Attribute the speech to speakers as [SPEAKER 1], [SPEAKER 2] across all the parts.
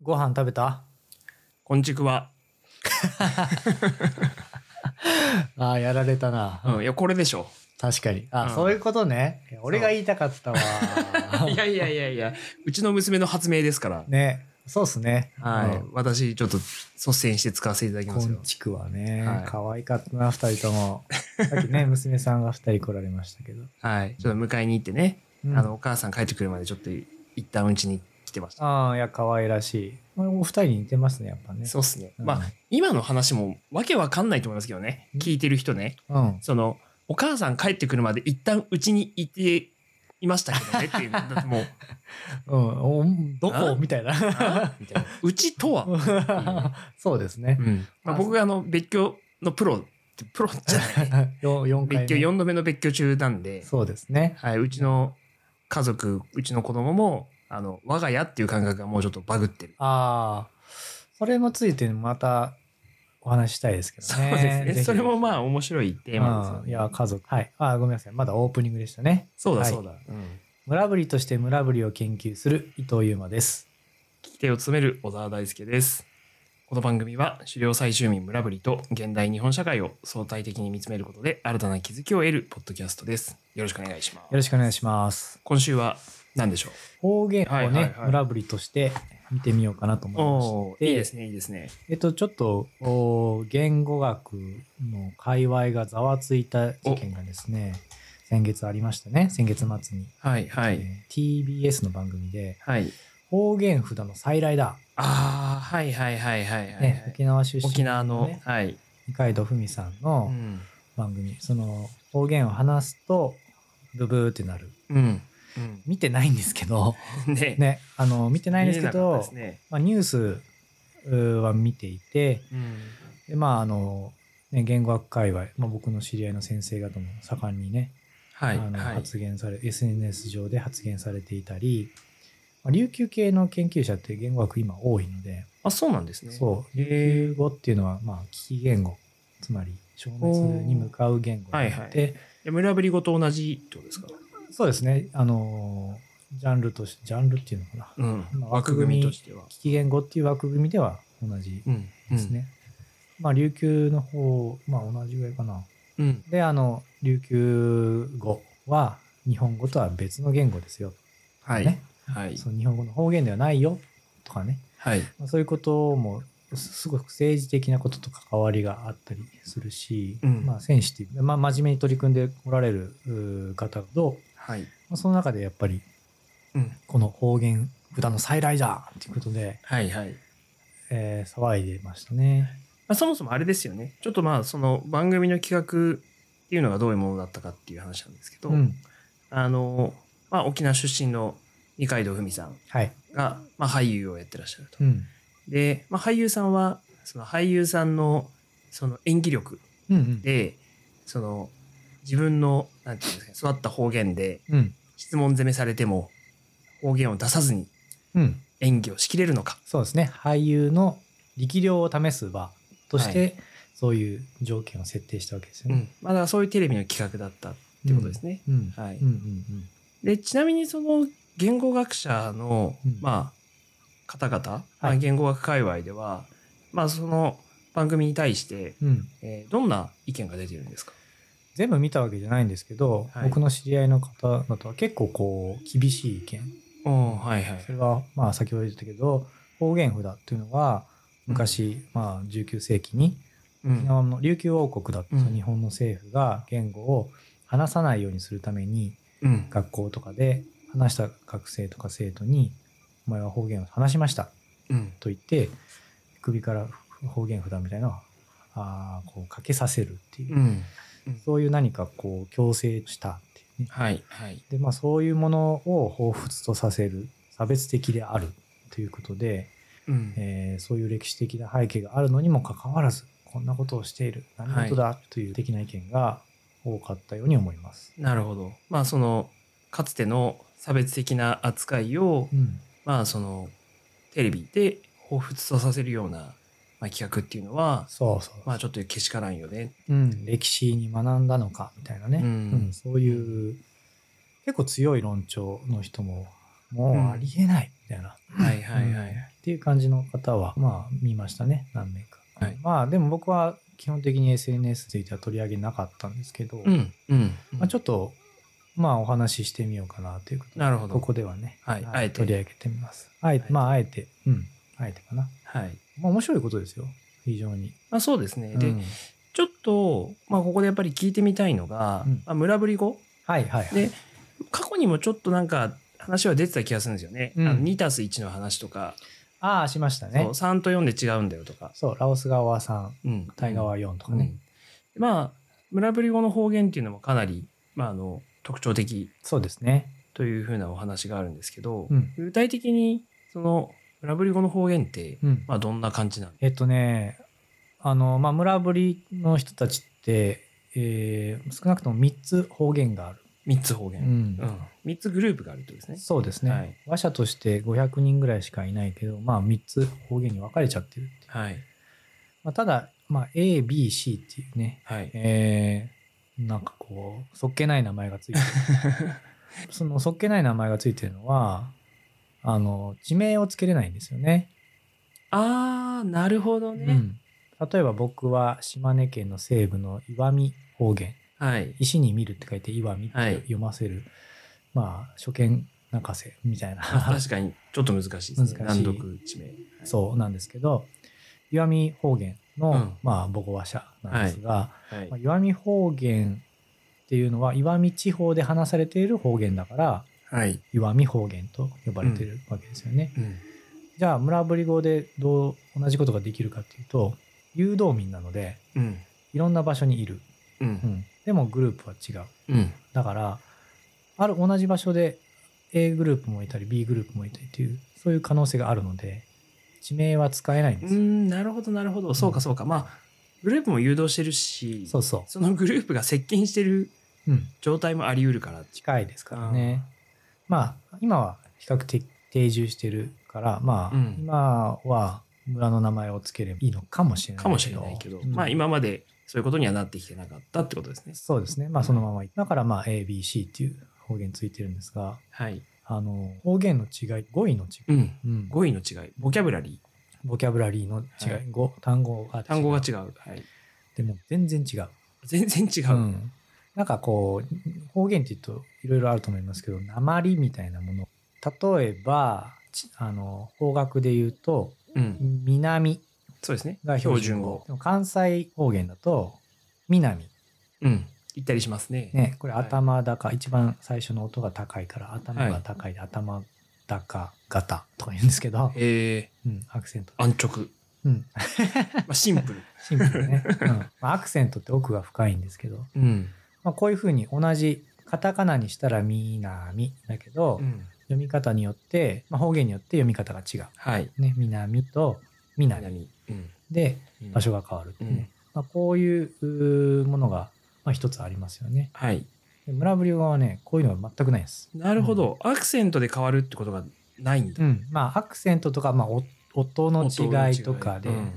[SPEAKER 1] ご飯食べた
[SPEAKER 2] こんちくわ。
[SPEAKER 1] ああ、やられたな。
[SPEAKER 2] うん、いや、これでしょ。
[SPEAKER 1] 確かに。あ、
[SPEAKER 2] うん
[SPEAKER 1] そういうことね。いや俺が言いたかったわ。
[SPEAKER 2] いやいやいやいや、うちの娘の発明ですから。
[SPEAKER 1] ね。そうっすね。
[SPEAKER 2] はい、
[SPEAKER 1] うん
[SPEAKER 2] 私、ちょっと率先して使わせていただきま
[SPEAKER 1] こ
[SPEAKER 2] す
[SPEAKER 1] ん
[SPEAKER 2] よ。
[SPEAKER 1] ちくわね
[SPEAKER 2] はい。
[SPEAKER 1] 可愛かったな、二人とも。さっき ね、娘さんが二人来られましたけど。
[SPEAKER 2] はい。ちょっと迎えに行ってね、
[SPEAKER 1] うん
[SPEAKER 2] あの、お母さん帰ってくるまでちょっと一旦うちに来てました。
[SPEAKER 1] ああ、いや、可愛らしい。まあお二人に似てますね、やっぱね。
[SPEAKER 2] そうっすね。
[SPEAKER 1] うん
[SPEAKER 2] まあ、今の話もわけわかんないと思いますけどね。
[SPEAKER 1] うん
[SPEAKER 2] 聞いてる人ね。
[SPEAKER 1] うん。
[SPEAKER 2] その、お母さん帰ってくるまで一旦うちにいていましたけどねっていう。だって もう、
[SPEAKER 1] うん。おどこ
[SPEAKER 2] あ
[SPEAKER 1] みたいな。
[SPEAKER 2] あみたいな。うちとは。
[SPEAKER 1] そうですね。
[SPEAKER 2] うんまあ、僕があの、別居のプロって、プロじゃない。
[SPEAKER 1] よ4回、ね。
[SPEAKER 2] 別居4度目の別居中なんで、
[SPEAKER 1] そうですね。
[SPEAKER 2] はい、うちの家族うちの子供もあの我が家っていう感覚がもうちょっとバグってる。
[SPEAKER 1] ああ、それもついてまたお話ししたいですけどね。
[SPEAKER 2] そうです
[SPEAKER 1] ぜ
[SPEAKER 2] ね。
[SPEAKER 1] ひ
[SPEAKER 2] それもまあ面白いテーマですよ
[SPEAKER 1] う
[SPEAKER 2] ね
[SPEAKER 1] んいや、家族。はい。あーごめんなさい。まだオープニングでしたね。
[SPEAKER 2] そうだ
[SPEAKER 1] はい
[SPEAKER 2] そうだ。うん
[SPEAKER 1] 村ぶりとして村ぶりを研究する伊藤優馬です。
[SPEAKER 2] 聞き手を務める小沢大輔です。この番組は狩猟採集民村ぶりと現代日本社会を相対的に見つめることで新たな気づきを得るポッドキャストです。よろしくお願いしま
[SPEAKER 1] よ
[SPEAKER 2] す。
[SPEAKER 1] ろしくお願いします。
[SPEAKER 2] 今週は何でしょ
[SPEAKER 1] 方言をね、
[SPEAKER 2] はいはいはい
[SPEAKER 1] 村ぶりとして見てみようかなと
[SPEAKER 2] う
[SPEAKER 1] 思い
[SPEAKER 2] お
[SPEAKER 1] まし
[SPEAKER 2] ー
[SPEAKER 1] て。
[SPEAKER 2] いいですねいいですね。
[SPEAKER 1] えっと、ちょっと、お言語学の界隈がざわついた事件がですね、先月ありましたね。先月末に。
[SPEAKER 2] はいはい
[SPEAKER 1] えー TBS の番組で、
[SPEAKER 2] はい。
[SPEAKER 1] 方言札の再来だ。
[SPEAKER 2] ああはいはいはいはいはいはい。
[SPEAKER 1] ね、沖縄出身、
[SPEAKER 2] 沖縄の、
[SPEAKER 1] ね
[SPEAKER 2] はい、
[SPEAKER 1] 二階堂ふみさん
[SPEAKER 2] う
[SPEAKER 1] の
[SPEAKER 2] ん
[SPEAKER 1] 番組、その方言を話すと、ブブーってなる。
[SPEAKER 2] うん
[SPEAKER 1] 見てないんですけど、
[SPEAKER 2] ね
[SPEAKER 1] ね、あの、見てないんですけ
[SPEAKER 2] 見れなか
[SPEAKER 1] ど、
[SPEAKER 2] ったですね
[SPEAKER 1] まあ、ニュースうーは見ていて、
[SPEAKER 2] うん
[SPEAKER 1] でまあ、あの、ね、言語学界隈、まあ、僕の知り合いの先生方も盛んにね、
[SPEAKER 2] はい
[SPEAKER 1] あの
[SPEAKER 2] はい
[SPEAKER 1] 発言され SNS 上で発言されていたり、まあ、琉球系の研究者って言語学今多いので、
[SPEAKER 2] あそうなんですね
[SPEAKER 1] そう琉
[SPEAKER 2] へ
[SPEAKER 1] 球語っていうのはまあ危機言語つまり消滅に向かう言語なので、
[SPEAKER 2] おーはいえ村ぶり語と同じってことですか
[SPEAKER 1] そうですねあのージャンルとしてジャンルっていうのかな
[SPEAKER 2] うん
[SPEAKER 1] まあ
[SPEAKER 2] 枠組みとしては
[SPEAKER 1] 危機言語っていう枠組みでは同じ
[SPEAKER 2] うん
[SPEAKER 1] ですね、まあ琉球の方まあ同じぐらいかな
[SPEAKER 2] うん
[SPEAKER 1] であの琉球語は日本語とは別の言語ですよ、
[SPEAKER 2] はい
[SPEAKER 1] ね
[SPEAKER 2] はい
[SPEAKER 1] その日本語の方言ではないよとかね
[SPEAKER 2] はい
[SPEAKER 1] まあそういうこともすすごく政治的なことと関わりがあったりするし、
[SPEAKER 2] うん
[SPEAKER 1] まあ、センシティブ、まあ、真面目に取り組んでおられるうー方と、
[SPEAKER 2] はい
[SPEAKER 1] まあ、その中でやっぱり
[SPEAKER 2] うん
[SPEAKER 1] この方言札の再来だということで、
[SPEAKER 2] はいはい
[SPEAKER 1] えー騒いでましたね。
[SPEAKER 2] まあそもそもあれですよねちょっとまあその番組の企画っていうのがどういうものだったかっていう話なんですけど、
[SPEAKER 1] うん
[SPEAKER 2] あのまあ沖縄出身の二階堂ふみさん
[SPEAKER 1] はい
[SPEAKER 2] が、まあ、俳優をやってらっしゃると
[SPEAKER 1] う、ん
[SPEAKER 2] で、まあ、俳優さんはその俳優さんのその演技力
[SPEAKER 1] うんうん
[SPEAKER 2] でその自分のなんていうんですかね育った方言で
[SPEAKER 1] うん
[SPEAKER 2] 質問攻めされても方言を出さずに
[SPEAKER 1] うん
[SPEAKER 2] 演技をしきれるのか
[SPEAKER 1] そうですね俳優の力量を試す場として、
[SPEAKER 2] は
[SPEAKER 1] そういう条件を設定したわけですよね。
[SPEAKER 2] うんまあだからそういうテレビの企画だったってことですね。
[SPEAKER 1] うん
[SPEAKER 2] はい
[SPEAKER 1] うんうんうん
[SPEAKER 2] でちなみにその言語学者の、
[SPEAKER 1] うん
[SPEAKER 2] まあ、方々、ま
[SPEAKER 1] は
[SPEAKER 2] あ、
[SPEAKER 1] い
[SPEAKER 2] 言語学界隈では、まあ、その番組に対して、
[SPEAKER 1] うん
[SPEAKER 2] えーどんな意見が出てるんですか
[SPEAKER 1] 全部見たわけじゃないんですけど、
[SPEAKER 2] はい
[SPEAKER 1] 僕の知り合いの方だとは結構こう厳しい意見
[SPEAKER 2] おーはいはい
[SPEAKER 1] それはまあ先ほど言ったけど方言札っていうのは昔、まあ、19世紀に
[SPEAKER 2] うん
[SPEAKER 1] 沖縄の琉球王国だった
[SPEAKER 2] うん
[SPEAKER 1] 日本の政府が言語を話さないようにするために
[SPEAKER 2] うん
[SPEAKER 1] 学校とかで話した学生とか生徒に「お前は方言を話しました
[SPEAKER 2] うん」
[SPEAKER 1] と言って首から方言札みたいなのをあーこうかけさせるっていう、
[SPEAKER 2] うん
[SPEAKER 1] そういう何かこう強制したっていうね。
[SPEAKER 2] はいはい。
[SPEAKER 1] でまあそういうものを彷彿とさせる差別的であるということで、
[SPEAKER 2] うん
[SPEAKER 1] えーそういう歴史的な背景があるのにもかかわらずこんなことをしている何事だという的な意見が多かったように思います。
[SPEAKER 2] なるほど。まあそのかつての差別的な扱いを、
[SPEAKER 1] うん
[SPEAKER 2] まあそのテレビで彷彿とさせるような、まあ、企画っていうのは、
[SPEAKER 1] そうそう、
[SPEAKER 2] まあちょっとけしからんよね。
[SPEAKER 1] うん、歴史に学んだのかみたいなね、
[SPEAKER 2] うん
[SPEAKER 1] うんそういう結構強い論調の人ももうありえないみたいな、
[SPEAKER 2] はいはいはい。
[SPEAKER 1] うんっていう感じの方は、まあ、見ましたね、何名か。
[SPEAKER 2] はい
[SPEAKER 1] まあ、でも僕は基本的に SNS については取り上げなかったんですけど、
[SPEAKER 2] うんうん
[SPEAKER 1] まあ、ちょっと、まあ、お話ししてみようかなということで
[SPEAKER 2] なるほど
[SPEAKER 1] ここではね、
[SPEAKER 2] はいあえて
[SPEAKER 1] 取り上げてみます。あえ
[SPEAKER 2] あえ
[SPEAKER 1] て、
[SPEAKER 2] て
[SPEAKER 1] まあ、あえて、うん、あえてかな。
[SPEAKER 2] はい
[SPEAKER 1] まあ、面白いことですよ、非常に。
[SPEAKER 2] まあ、そうですね、
[SPEAKER 1] う
[SPEAKER 2] で
[SPEAKER 1] ん
[SPEAKER 2] ちょっと、まあ、ここでやっぱり聞いてみたいのが、
[SPEAKER 1] うん
[SPEAKER 2] まあ、村ぶり語
[SPEAKER 1] はいはいはい。
[SPEAKER 2] で過去にもちょっとなんか話は出てた気がするんですよね、
[SPEAKER 1] うん
[SPEAKER 2] あの2たす1の話とか、
[SPEAKER 1] ああ、しました
[SPEAKER 2] そう
[SPEAKER 1] ね。
[SPEAKER 2] 3と4で違うんだよとか、
[SPEAKER 1] そう、ラオス側は3、
[SPEAKER 2] うん、
[SPEAKER 1] タイ側は4とか
[SPEAKER 2] うん
[SPEAKER 1] ね。
[SPEAKER 2] まあ村ぶり語の方言っていうのもかなり、まあ、あの特徴的
[SPEAKER 1] そうですね。
[SPEAKER 2] というふうなお話があるんですけど、
[SPEAKER 1] うん。
[SPEAKER 2] 具体的にその村ぶり語の方言って、
[SPEAKER 1] うん。
[SPEAKER 2] まあ、どんな感じなの
[SPEAKER 1] えっとね、あの、まあ、村ぶりの人たちって、えー少なくとも3つ方言がある。
[SPEAKER 2] 3つ方
[SPEAKER 1] う
[SPEAKER 2] 言、
[SPEAKER 1] ん
[SPEAKER 2] うん3つグループがあるってことですね。
[SPEAKER 1] そうですね、
[SPEAKER 2] はい
[SPEAKER 1] 話者として500人ぐらいしかいないけど、まあ、3つ方言に分かれちゃってるっていう
[SPEAKER 2] はい
[SPEAKER 1] まあ、ただ、まあ、A、B、C っていうね、
[SPEAKER 2] はい、
[SPEAKER 1] えーなんかこう、そっけない名前がついてる。 そのそっけない名前がついてるのは、あの、地名をつけれないんですよね。
[SPEAKER 2] あーなるほど
[SPEAKER 1] う
[SPEAKER 2] ね。
[SPEAKER 1] ん、例えば僕は島根県の西部の石見方言
[SPEAKER 2] はい
[SPEAKER 1] 石に見るって書いて石見っ
[SPEAKER 2] は
[SPEAKER 1] て
[SPEAKER 2] い
[SPEAKER 1] 読ませる、まあ初見泣かせみたい
[SPEAKER 2] あ
[SPEAKER 1] な
[SPEAKER 2] 確かにちょっと難しいですね。
[SPEAKER 1] 難し
[SPEAKER 2] 難
[SPEAKER 1] い
[SPEAKER 2] 読地名。
[SPEAKER 1] そうなんですけど石見方言の、
[SPEAKER 2] うん
[SPEAKER 1] まあ母語話者なんですが、
[SPEAKER 2] はい
[SPEAKER 1] まあ、石見方言っていうのは石見地方で話されている方言だから
[SPEAKER 2] はい。
[SPEAKER 1] 石見方言と呼ばれてるわけですよね。
[SPEAKER 2] うん
[SPEAKER 1] じゃあ村ぶり語でどう同じことができるかっていうと誘導民なので
[SPEAKER 2] うん
[SPEAKER 1] いろんな場所にいる。
[SPEAKER 2] う
[SPEAKER 1] うんん、でもグループは違う
[SPEAKER 2] うん
[SPEAKER 1] だからある同じ場所で A グループもいたり B グループもいたりというそういう可能性があるので地名は使えないん
[SPEAKER 2] う
[SPEAKER 1] ですよ、
[SPEAKER 2] んなるほどなるほどそうかそうかまあグループも誘導してるし
[SPEAKER 1] そうそ
[SPEAKER 2] そのグループが接近してる
[SPEAKER 1] う、うん、
[SPEAKER 2] 状態もあり得るからっていう
[SPEAKER 1] 近いですからねまあ今は比較的定住してるからまあ、
[SPEAKER 2] うん
[SPEAKER 1] 今は村の名前をつければいいのかもしれないけど
[SPEAKER 2] かもしれないけど、
[SPEAKER 1] うん
[SPEAKER 2] まあ今までそういうことにはなってきてなかったってことですね。
[SPEAKER 1] そうですねまあそのままだからまあ ABC っていう方言ついてるんですが
[SPEAKER 2] はい。
[SPEAKER 1] あの方言の違い語彙の違い、
[SPEAKER 2] うん。
[SPEAKER 1] うん
[SPEAKER 2] 語彙の違い、ボキャブラリ
[SPEAKER 1] ボキャブラリーの違い、
[SPEAKER 2] はい
[SPEAKER 1] 語単語が違う
[SPEAKER 2] ー、単語が違う。はい。
[SPEAKER 1] でも全然違う、
[SPEAKER 2] 全然違
[SPEAKER 1] う
[SPEAKER 2] う。
[SPEAKER 1] んなんかこう方言って言うといろいろあると思いますけど鉛みたいなもの例えばちあの方角で言うと
[SPEAKER 2] うん。
[SPEAKER 1] 南
[SPEAKER 2] そうですね
[SPEAKER 1] が。標
[SPEAKER 2] 標
[SPEAKER 1] 準
[SPEAKER 2] 準
[SPEAKER 1] 語
[SPEAKER 2] 語。
[SPEAKER 1] でも関西方言だと南
[SPEAKER 2] うん。言ったりしますね。
[SPEAKER 1] ねこれ
[SPEAKER 2] はい
[SPEAKER 1] 頭高、一番最初の音が高いから頭が高いで、頭高型とか言うんですけど、
[SPEAKER 2] え
[SPEAKER 1] うん、アクセント、
[SPEAKER 2] ー、安直。
[SPEAKER 1] うん、
[SPEAKER 2] まあ、シンプル。
[SPEAKER 1] シンプルね、うんまあアクセントって奥が深いんですけど
[SPEAKER 2] うん。
[SPEAKER 1] まあ、こういうふうに同じカタカナにしたら「みなみ」だけど、
[SPEAKER 2] うん。
[SPEAKER 1] 読み方によって、まあ、方言によって読み方が違う。
[SPEAKER 2] はい。
[SPEAKER 1] ね、みなみと「みなみ
[SPEAKER 2] 南。うん。」
[SPEAKER 1] で
[SPEAKER 2] うん
[SPEAKER 1] 場所が変わるってね、
[SPEAKER 2] うん
[SPEAKER 1] まあ、こういううーものが、まあ、一つありますよね。
[SPEAKER 2] はい。
[SPEAKER 1] で村ぶり語はねこういうのは全くないです。
[SPEAKER 2] なるほど。アクセントで変わるってことがないん
[SPEAKER 1] う
[SPEAKER 2] だ。
[SPEAKER 1] ん、まあアクセントとか、まあ、お音の違いとかで、
[SPEAKER 2] 音の違いうん
[SPEAKER 1] ま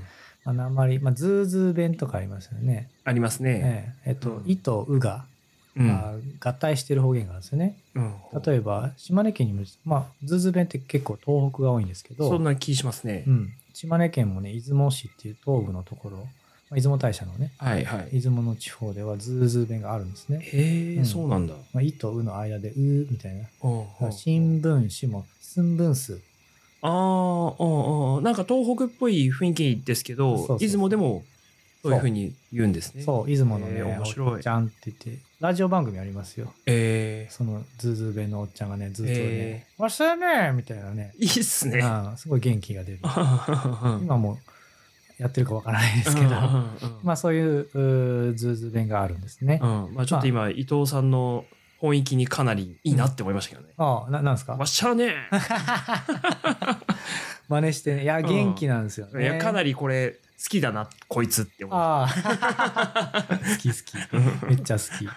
[SPEAKER 1] あ、なまり、まあ、ズーズー弁とかありますよね。
[SPEAKER 2] ありますね。
[SPEAKER 1] えええっと
[SPEAKER 2] う、ん
[SPEAKER 1] いとうが、
[SPEAKER 2] うん
[SPEAKER 1] まあ合体してる方言があるんですよね。
[SPEAKER 2] うん。
[SPEAKER 1] 例えば島根県にもまあズーズー弁って結構東北が多いんですけど
[SPEAKER 2] そんな気しますね
[SPEAKER 1] う。ん、島根県もね出雲市っていう東部のところ、まあ、出雲大社のね
[SPEAKER 2] はいはい。
[SPEAKER 1] 出雲の地方ではズーズー弁があるんですね。
[SPEAKER 2] へ
[SPEAKER 1] う
[SPEAKER 2] え、
[SPEAKER 1] ん
[SPEAKER 2] そうなんだ。
[SPEAKER 1] まあ、いとうの間でうみたいな。
[SPEAKER 2] うんうん
[SPEAKER 1] 新聞紙も寸分数。
[SPEAKER 2] ああ、うんうん。なんか東北っぽい雰囲気ですけ
[SPEAKER 1] そ
[SPEAKER 2] ど、
[SPEAKER 1] うそうそう
[SPEAKER 2] 出雲でもそういうふうに言うんですね。
[SPEAKER 1] そう、出雲のね、
[SPEAKER 2] へー面白い
[SPEAKER 1] おっちゃんって言って、ラジオ番組ありますよ。
[SPEAKER 2] え
[SPEAKER 1] そのズーズー弁のおっちゃんがね、ずっとね
[SPEAKER 2] へ、
[SPEAKER 1] わっしゃいねみたいなね、
[SPEAKER 2] ー、いいっすね。
[SPEAKER 1] ああすごい元気が出る。
[SPEAKER 2] 今
[SPEAKER 1] 今もやってるかわからないですけど。ま
[SPEAKER 2] ま
[SPEAKER 1] あそういううーズーズー弁があるんですね。
[SPEAKER 2] あ、うんまあ、ちょっと今、伊藤さんの本域にかなりいいなって思いましたけどね。
[SPEAKER 1] ああ、ななんですか
[SPEAKER 2] わっしゃーね
[SPEAKER 1] 真似してね。いや、
[SPEAKER 2] うん
[SPEAKER 1] 元気なんですよね。
[SPEAKER 2] いやかな
[SPEAKER 1] り。
[SPEAKER 2] りこれ好きだなこいつって思い
[SPEAKER 1] あ
[SPEAKER 2] ま
[SPEAKER 1] あ、好き好き。
[SPEAKER 2] した
[SPEAKER 1] めっちゃ好き。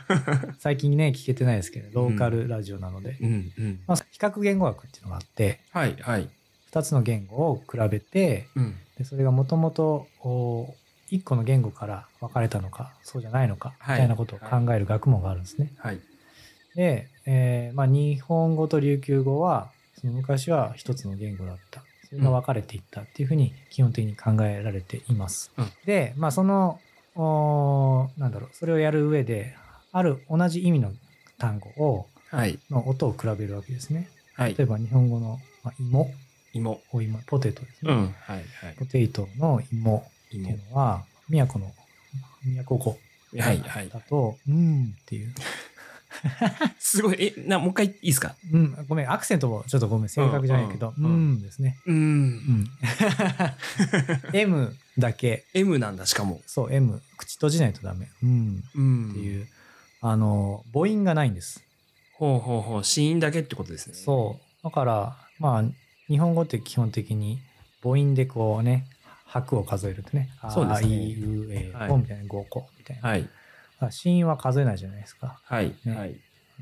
[SPEAKER 1] 最近ね、聞けてないですけど、ローカルラジオなので。
[SPEAKER 2] うんうん
[SPEAKER 1] まあ、比較言語学っていうのがあって、
[SPEAKER 2] はいはい、
[SPEAKER 1] 2つの言語を比べて、
[SPEAKER 2] うん、
[SPEAKER 1] でそれがもともと1個の言語から分かれたのか、そうじゃないのか、み
[SPEAKER 2] はい
[SPEAKER 1] たいなことを考える学問があるんですね。
[SPEAKER 2] はい
[SPEAKER 1] で、えーまあ、日本語と琉球語はその昔は一つの言語だったそれが分かれていったっていうふうに基本的に考えられています。
[SPEAKER 2] うん
[SPEAKER 1] で、まあ、その、おーなんだろう、それをやる上で、ある同じ意味の単語を、
[SPEAKER 2] はい。
[SPEAKER 1] の音を比べるわけですね。
[SPEAKER 2] はい
[SPEAKER 1] 例。えば日本語の、まあ、芋、
[SPEAKER 2] 芋。
[SPEAKER 1] お芋、ポテトです
[SPEAKER 2] う
[SPEAKER 1] ね。
[SPEAKER 2] ん。はい。はい。
[SPEAKER 1] ポテイトの芋ってい
[SPEAKER 2] 芋
[SPEAKER 1] う。のは、宮古の、宮古語
[SPEAKER 2] はい。はい。
[SPEAKER 1] だと、うんっていう。
[SPEAKER 2] すごい。え、な、もう一回いいですか
[SPEAKER 1] うん、ごめん、アクセントもちょっとごめん、正確じゃないけど、
[SPEAKER 2] う
[SPEAKER 1] うんん
[SPEAKER 2] うん
[SPEAKER 1] ですね。
[SPEAKER 2] う。
[SPEAKER 1] うんん。M だけ、
[SPEAKER 2] M なんだ、しかも。
[SPEAKER 1] そう、M、口閉じないとダメ。うん
[SPEAKER 2] うん。
[SPEAKER 1] っ
[SPEAKER 2] っててい
[SPEAKER 1] い
[SPEAKER 2] う。
[SPEAKER 1] う、あの、母音がないんです。
[SPEAKER 2] ほうほうほう。死因だけってことですね。う。
[SPEAKER 1] そう。だから、まあ、日本語って基本的に母音でこうね、拍を数えるとね、
[SPEAKER 2] そうですね
[SPEAKER 1] あいうえ
[SPEAKER 2] はい
[SPEAKER 1] おみたいな、5個みたいな。
[SPEAKER 2] はい。
[SPEAKER 1] だから子音は数えないじゃないですか。
[SPEAKER 2] はい。
[SPEAKER 1] ね
[SPEAKER 2] はい。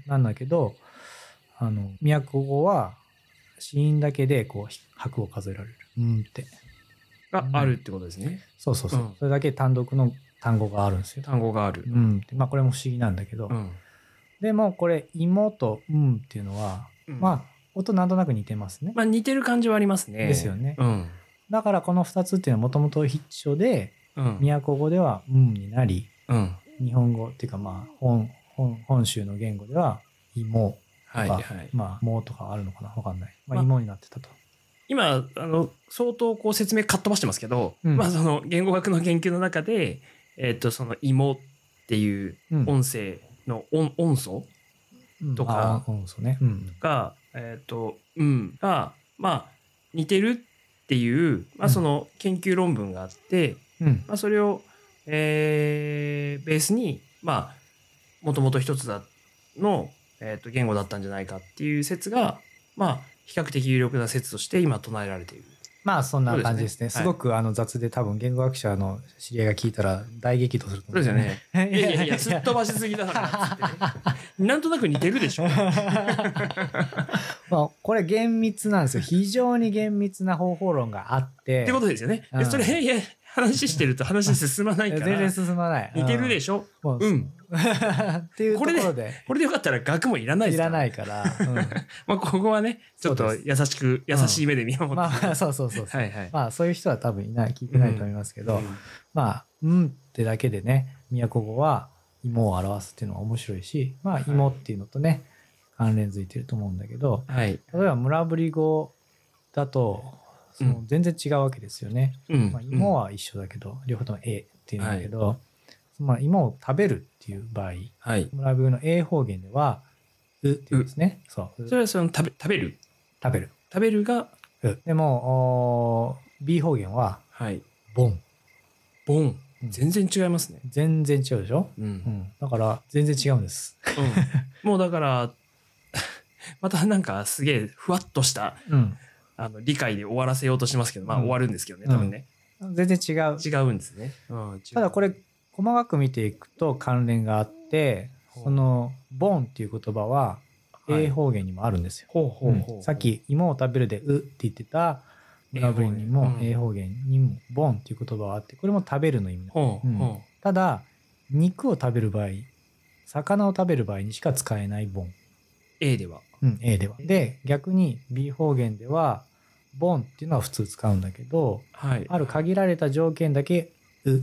[SPEAKER 1] なんだけど、あの、宮古語は、子音だけで、こう、拍を数えられる。うんって。
[SPEAKER 2] があるってことですね。
[SPEAKER 1] そうそうそう。
[SPEAKER 2] うん
[SPEAKER 1] それだけ単独の単語があるんですよ。
[SPEAKER 2] 単語がある
[SPEAKER 1] う。んって。まあ、これも不思議なんだけど。
[SPEAKER 2] うん。
[SPEAKER 1] でも、これ、芋とうんっていうのは、まあ、音なんとなく似てますね
[SPEAKER 2] あ。まあ、似てる感じはありますね。
[SPEAKER 1] ですよね
[SPEAKER 2] うん。
[SPEAKER 1] だから、この2つっていうのはもともと一緒で、
[SPEAKER 2] うん。
[SPEAKER 1] 宮古語ではうんになり、
[SPEAKER 2] うん。
[SPEAKER 1] 日本語っていうか、まあ、本、本、本州の言語では、芋とか、
[SPEAKER 2] はい。はい。
[SPEAKER 1] まあ、もとかあるのかなわかんない。ま
[SPEAKER 2] ま
[SPEAKER 1] あ、
[SPEAKER 2] あ
[SPEAKER 1] 芋になってたと。
[SPEAKER 2] 今あの相当こう説明かっ飛ばしてますけど、
[SPEAKER 1] うん
[SPEAKER 2] まあ、その言語学の研究の中で、えっとその「芋」っていう
[SPEAKER 1] うん
[SPEAKER 2] 音声の音音素とか
[SPEAKER 1] あーうん、そうね。うん。
[SPEAKER 2] が「えっとうん」が、まあ、似てるっていう、まあ、
[SPEAKER 1] うん
[SPEAKER 2] その研究論文があって、
[SPEAKER 1] うん。
[SPEAKER 2] まあ、それを、えーベースにまあもともと一つだの、えっと言語だったんじゃないかっていう説が、まあ、比較的有力な説として今唱えられている。
[SPEAKER 1] まあ、そんな感じですね。
[SPEAKER 2] そ
[SPEAKER 1] す
[SPEAKER 2] うですね
[SPEAKER 1] ごくあの雑で多分言語学者の知り合いが聞いたら大激怒すると
[SPEAKER 2] そう
[SPEAKER 1] 思う。
[SPEAKER 2] ですよね。
[SPEAKER 1] ね
[SPEAKER 2] いやいやいや、すっ飛ばしすぎだからっつってね。なんとなく似てるでしょ。
[SPEAKER 1] まあ、これ厳密なんですよ。非常に厳密な方法論があって。
[SPEAKER 2] ってことですよね。
[SPEAKER 1] うん
[SPEAKER 2] でそれ、いや、話してると話進まない
[SPEAKER 1] いや
[SPEAKER 2] か
[SPEAKER 1] 全
[SPEAKER 2] ら
[SPEAKER 1] 然、進まない。
[SPEAKER 2] 似てるで
[SPEAKER 1] し
[SPEAKER 2] しょ。
[SPEAKER 1] ょ。もう
[SPEAKER 2] うん
[SPEAKER 1] っていうところで。
[SPEAKER 2] ここれでよかったら額もいらないで
[SPEAKER 1] い
[SPEAKER 2] すからら。
[SPEAKER 1] ないから。
[SPEAKER 2] まあ、ここはね、ちょっと優しく、優
[SPEAKER 1] です
[SPEAKER 2] しい目で見
[SPEAKER 1] う
[SPEAKER 2] 守っ
[SPEAKER 1] ん
[SPEAKER 2] て。
[SPEAKER 1] まあまあ、そうそうそうそう。
[SPEAKER 2] はいはい。
[SPEAKER 1] まあ、そういう人は多分いない、聞いてないと思いますけど、まあ、うんってだけでね、宮古語は芋を表すっていうのは面白いし、まあ、芋っていうのとね、関連づいてると思うんだけど、
[SPEAKER 2] はい。
[SPEAKER 1] 例えば村ぶり語だと、その
[SPEAKER 2] うん
[SPEAKER 1] 全然違うわけですよね。
[SPEAKER 2] うん
[SPEAKER 1] まあ、芋は一緒だけど、両方とも A っていうんだけど、まあ、芋を食べるっていう場合、
[SPEAKER 2] はい。
[SPEAKER 1] 村ぶり語の A 方言では、うっていうんですね。そう。う
[SPEAKER 2] それはその食べ、食べる。
[SPEAKER 1] 食べる。
[SPEAKER 2] 食べるが、
[SPEAKER 1] うんでも、おー B 方言は、
[SPEAKER 2] はい。
[SPEAKER 1] ボン。
[SPEAKER 2] ボン。
[SPEAKER 1] うん
[SPEAKER 2] 全然違いますね。
[SPEAKER 1] 全然違うでしょ、
[SPEAKER 2] うん。
[SPEAKER 1] うん、だから、全然違うんです。
[SPEAKER 2] うんもうだから、 またなんかすげえふわっとした
[SPEAKER 1] うん。
[SPEAKER 2] あの理解で終わらせようとしますけど、まあ
[SPEAKER 1] うん
[SPEAKER 2] 終わるんですけどね、
[SPEAKER 1] うん
[SPEAKER 2] 多分ね。
[SPEAKER 1] 全然違う。
[SPEAKER 2] 違うんですね。うん、
[SPEAKER 1] ただこれ、細かく見ていくと関連があって、
[SPEAKER 2] ほう
[SPEAKER 1] その、ボンっていう言葉は、
[SPEAKER 2] はい
[SPEAKER 1] A 方言にもあるんですよ。
[SPEAKER 2] ほうほうほうほう、
[SPEAKER 1] うんさっき、芋を食べるで、うって言ってた、村ぶりにも、
[SPEAKER 2] A
[SPEAKER 1] A
[SPEAKER 2] 方
[SPEAKER 1] 方言にも、ボンっていう言葉はあって、これも食べるの意味。
[SPEAKER 2] ほう
[SPEAKER 1] うん
[SPEAKER 2] ほ
[SPEAKER 1] ただ、肉を食べる場合、魚を食べる場合にしか使えないボン。
[SPEAKER 2] う A では。
[SPEAKER 1] うん、A では。で、逆に B 方言では、ボンっていうのは普通使うんだけど、
[SPEAKER 2] はい。
[SPEAKER 1] ある限られた条件だけ、うっ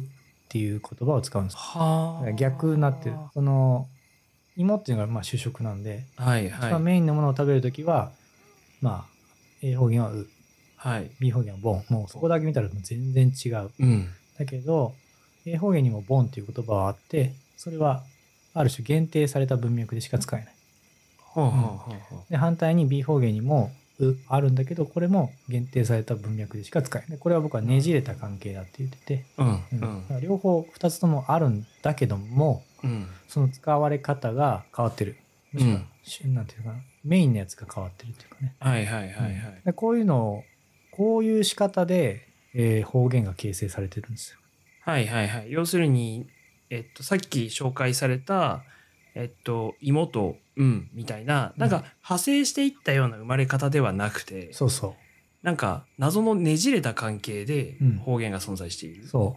[SPEAKER 1] ていう言葉を使うんです。だ
[SPEAKER 2] は
[SPEAKER 1] か
[SPEAKER 2] あ
[SPEAKER 1] ら逆になってる。その、芋っていうのがまあ主食なんで、
[SPEAKER 2] はい
[SPEAKER 1] 一番
[SPEAKER 2] はい。
[SPEAKER 1] メインのものを食べるときは、まあ、A 方言はう、
[SPEAKER 2] はい。
[SPEAKER 1] B 方言はボン。もうそこだけ見たらもう全然違う。
[SPEAKER 2] うん。
[SPEAKER 1] だけど、A 方言にもボンっていう言葉はあって、それはある種限定された文脈でしか使えない。
[SPEAKER 2] ほうほうほうほう。
[SPEAKER 1] で反対に B 方言にも「う」あるんだけどこれも限定された文脈でしか使えないこれは僕はねじれた関係だって言ってて、
[SPEAKER 2] うん
[SPEAKER 1] うん
[SPEAKER 2] う
[SPEAKER 1] だ
[SPEAKER 2] ん
[SPEAKER 1] から両方2つともあるんだけども
[SPEAKER 2] うん。
[SPEAKER 1] その使われ方が変わってるむしろし、なんていうのかなメインのやつが変わってるっていうかね、
[SPEAKER 2] はいはいはいは
[SPEAKER 1] うん
[SPEAKER 2] い。
[SPEAKER 1] でこういうのをこういう仕方で、えー方言が形成されてるんですよ。
[SPEAKER 2] はいはいはい。要するに、えっと、さっき紹介された、えっと、芋と、うん、みたいな、なん
[SPEAKER 1] うん
[SPEAKER 2] か派生していったような生まれ方ではなくて、
[SPEAKER 1] そうそ
[SPEAKER 2] なんか謎のねじれた関係で
[SPEAKER 1] うん
[SPEAKER 2] 方言が存在している
[SPEAKER 1] う。そ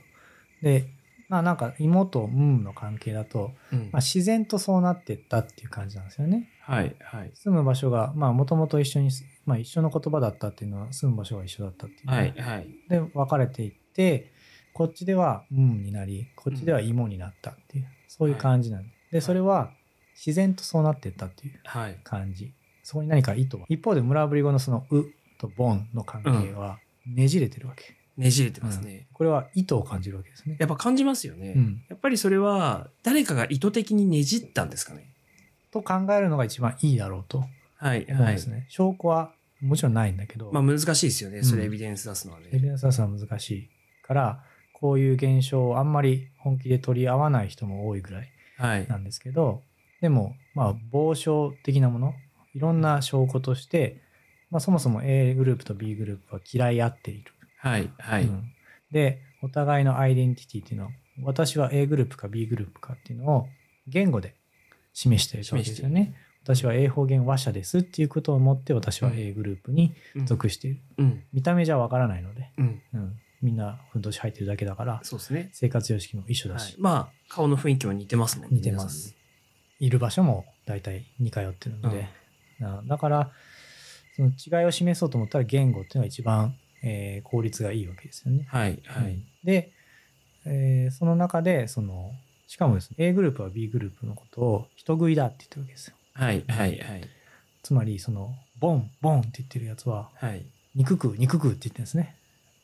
[SPEAKER 1] うでまあなんか芋と「うん」の関係だと、
[SPEAKER 2] うん
[SPEAKER 1] まあ、自然とそうなってったっていう感じなんですよね。
[SPEAKER 2] はいはい。
[SPEAKER 1] 住む場所がまあもともと一緒にすまあ、一緒の言葉だったっていうのは住む場所が一緒だったっていう、
[SPEAKER 2] はい、はい。
[SPEAKER 1] で別れていってこっちでは「うん」になりこっちでは「芋」になったっていう、そういう感じなんで,、でそれは自然とそうなっていったっていう
[SPEAKER 2] はい。
[SPEAKER 1] 感じそこに何か意図は一方で村ぶり語のその「う」と「ぼん」の関係はねじれてるわけ、
[SPEAKER 2] ねじれてますね。
[SPEAKER 1] これは意図を感じるわけですね
[SPEAKER 2] やっぱ感じますよね。
[SPEAKER 1] うん、
[SPEAKER 2] やっぱりそれは誰かが意図的にねじったんですかね。
[SPEAKER 1] と考えるのが一番いいだろうと
[SPEAKER 2] はい、
[SPEAKER 1] 思うん
[SPEAKER 2] は
[SPEAKER 1] で
[SPEAKER 2] い
[SPEAKER 1] す。ね、証拠はもちろんないんだけど、
[SPEAKER 2] まあ難しいですよね。それ
[SPEAKER 1] うん
[SPEAKER 2] エビデンス出すのはね。
[SPEAKER 1] エビデンス出すのは難しいからこういう現象をあんまり本気で取り合わない人も多いぐらい
[SPEAKER 2] はい
[SPEAKER 1] な。んですけどでもまあ傍証的なものいろんな証拠として、まあ、そもそも A グループと B グループは嫌い合っている、
[SPEAKER 2] はい、はい。
[SPEAKER 1] うんでお互いのアイデンティティっていうのは私は A グループか B グループかっていうのを言語で示しているわけですよね私は A 方言話者ですっていうことをもって私は A グループに属している、
[SPEAKER 2] うん。
[SPEAKER 1] 見た目じゃわからないので、
[SPEAKER 2] うん。
[SPEAKER 1] うん、みんなふんどし入ってるだけだから
[SPEAKER 2] そうですね。
[SPEAKER 1] 生活様式も一緒
[SPEAKER 2] は
[SPEAKER 1] だ
[SPEAKER 2] い
[SPEAKER 1] し、
[SPEAKER 2] まあ顔の雰囲気も似てますもんね。
[SPEAKER 1] 似てますいる場所も大体似通ってるので、なだからその違いを示そうと思ったら言語っていうのが一番、えー効率がいいわけですよね。
[SPEAKER 2] 皆さんね。はい、は
[SPEAKER 1] う
[SPEAKER 2] い
[SPEAKER 1] ん。で、えーその中でそのしかもですね A グループは B グループのことを人食いだって言ってるわけですよ。
[SPEAKER 2] はい、はい、はい。
[SPEAKER 1] つまりそのボンボンって言ってるやつは
[SPEAKER 2] はい。
[SPEAKER 1] 肉食う肉食うって言ってるんですね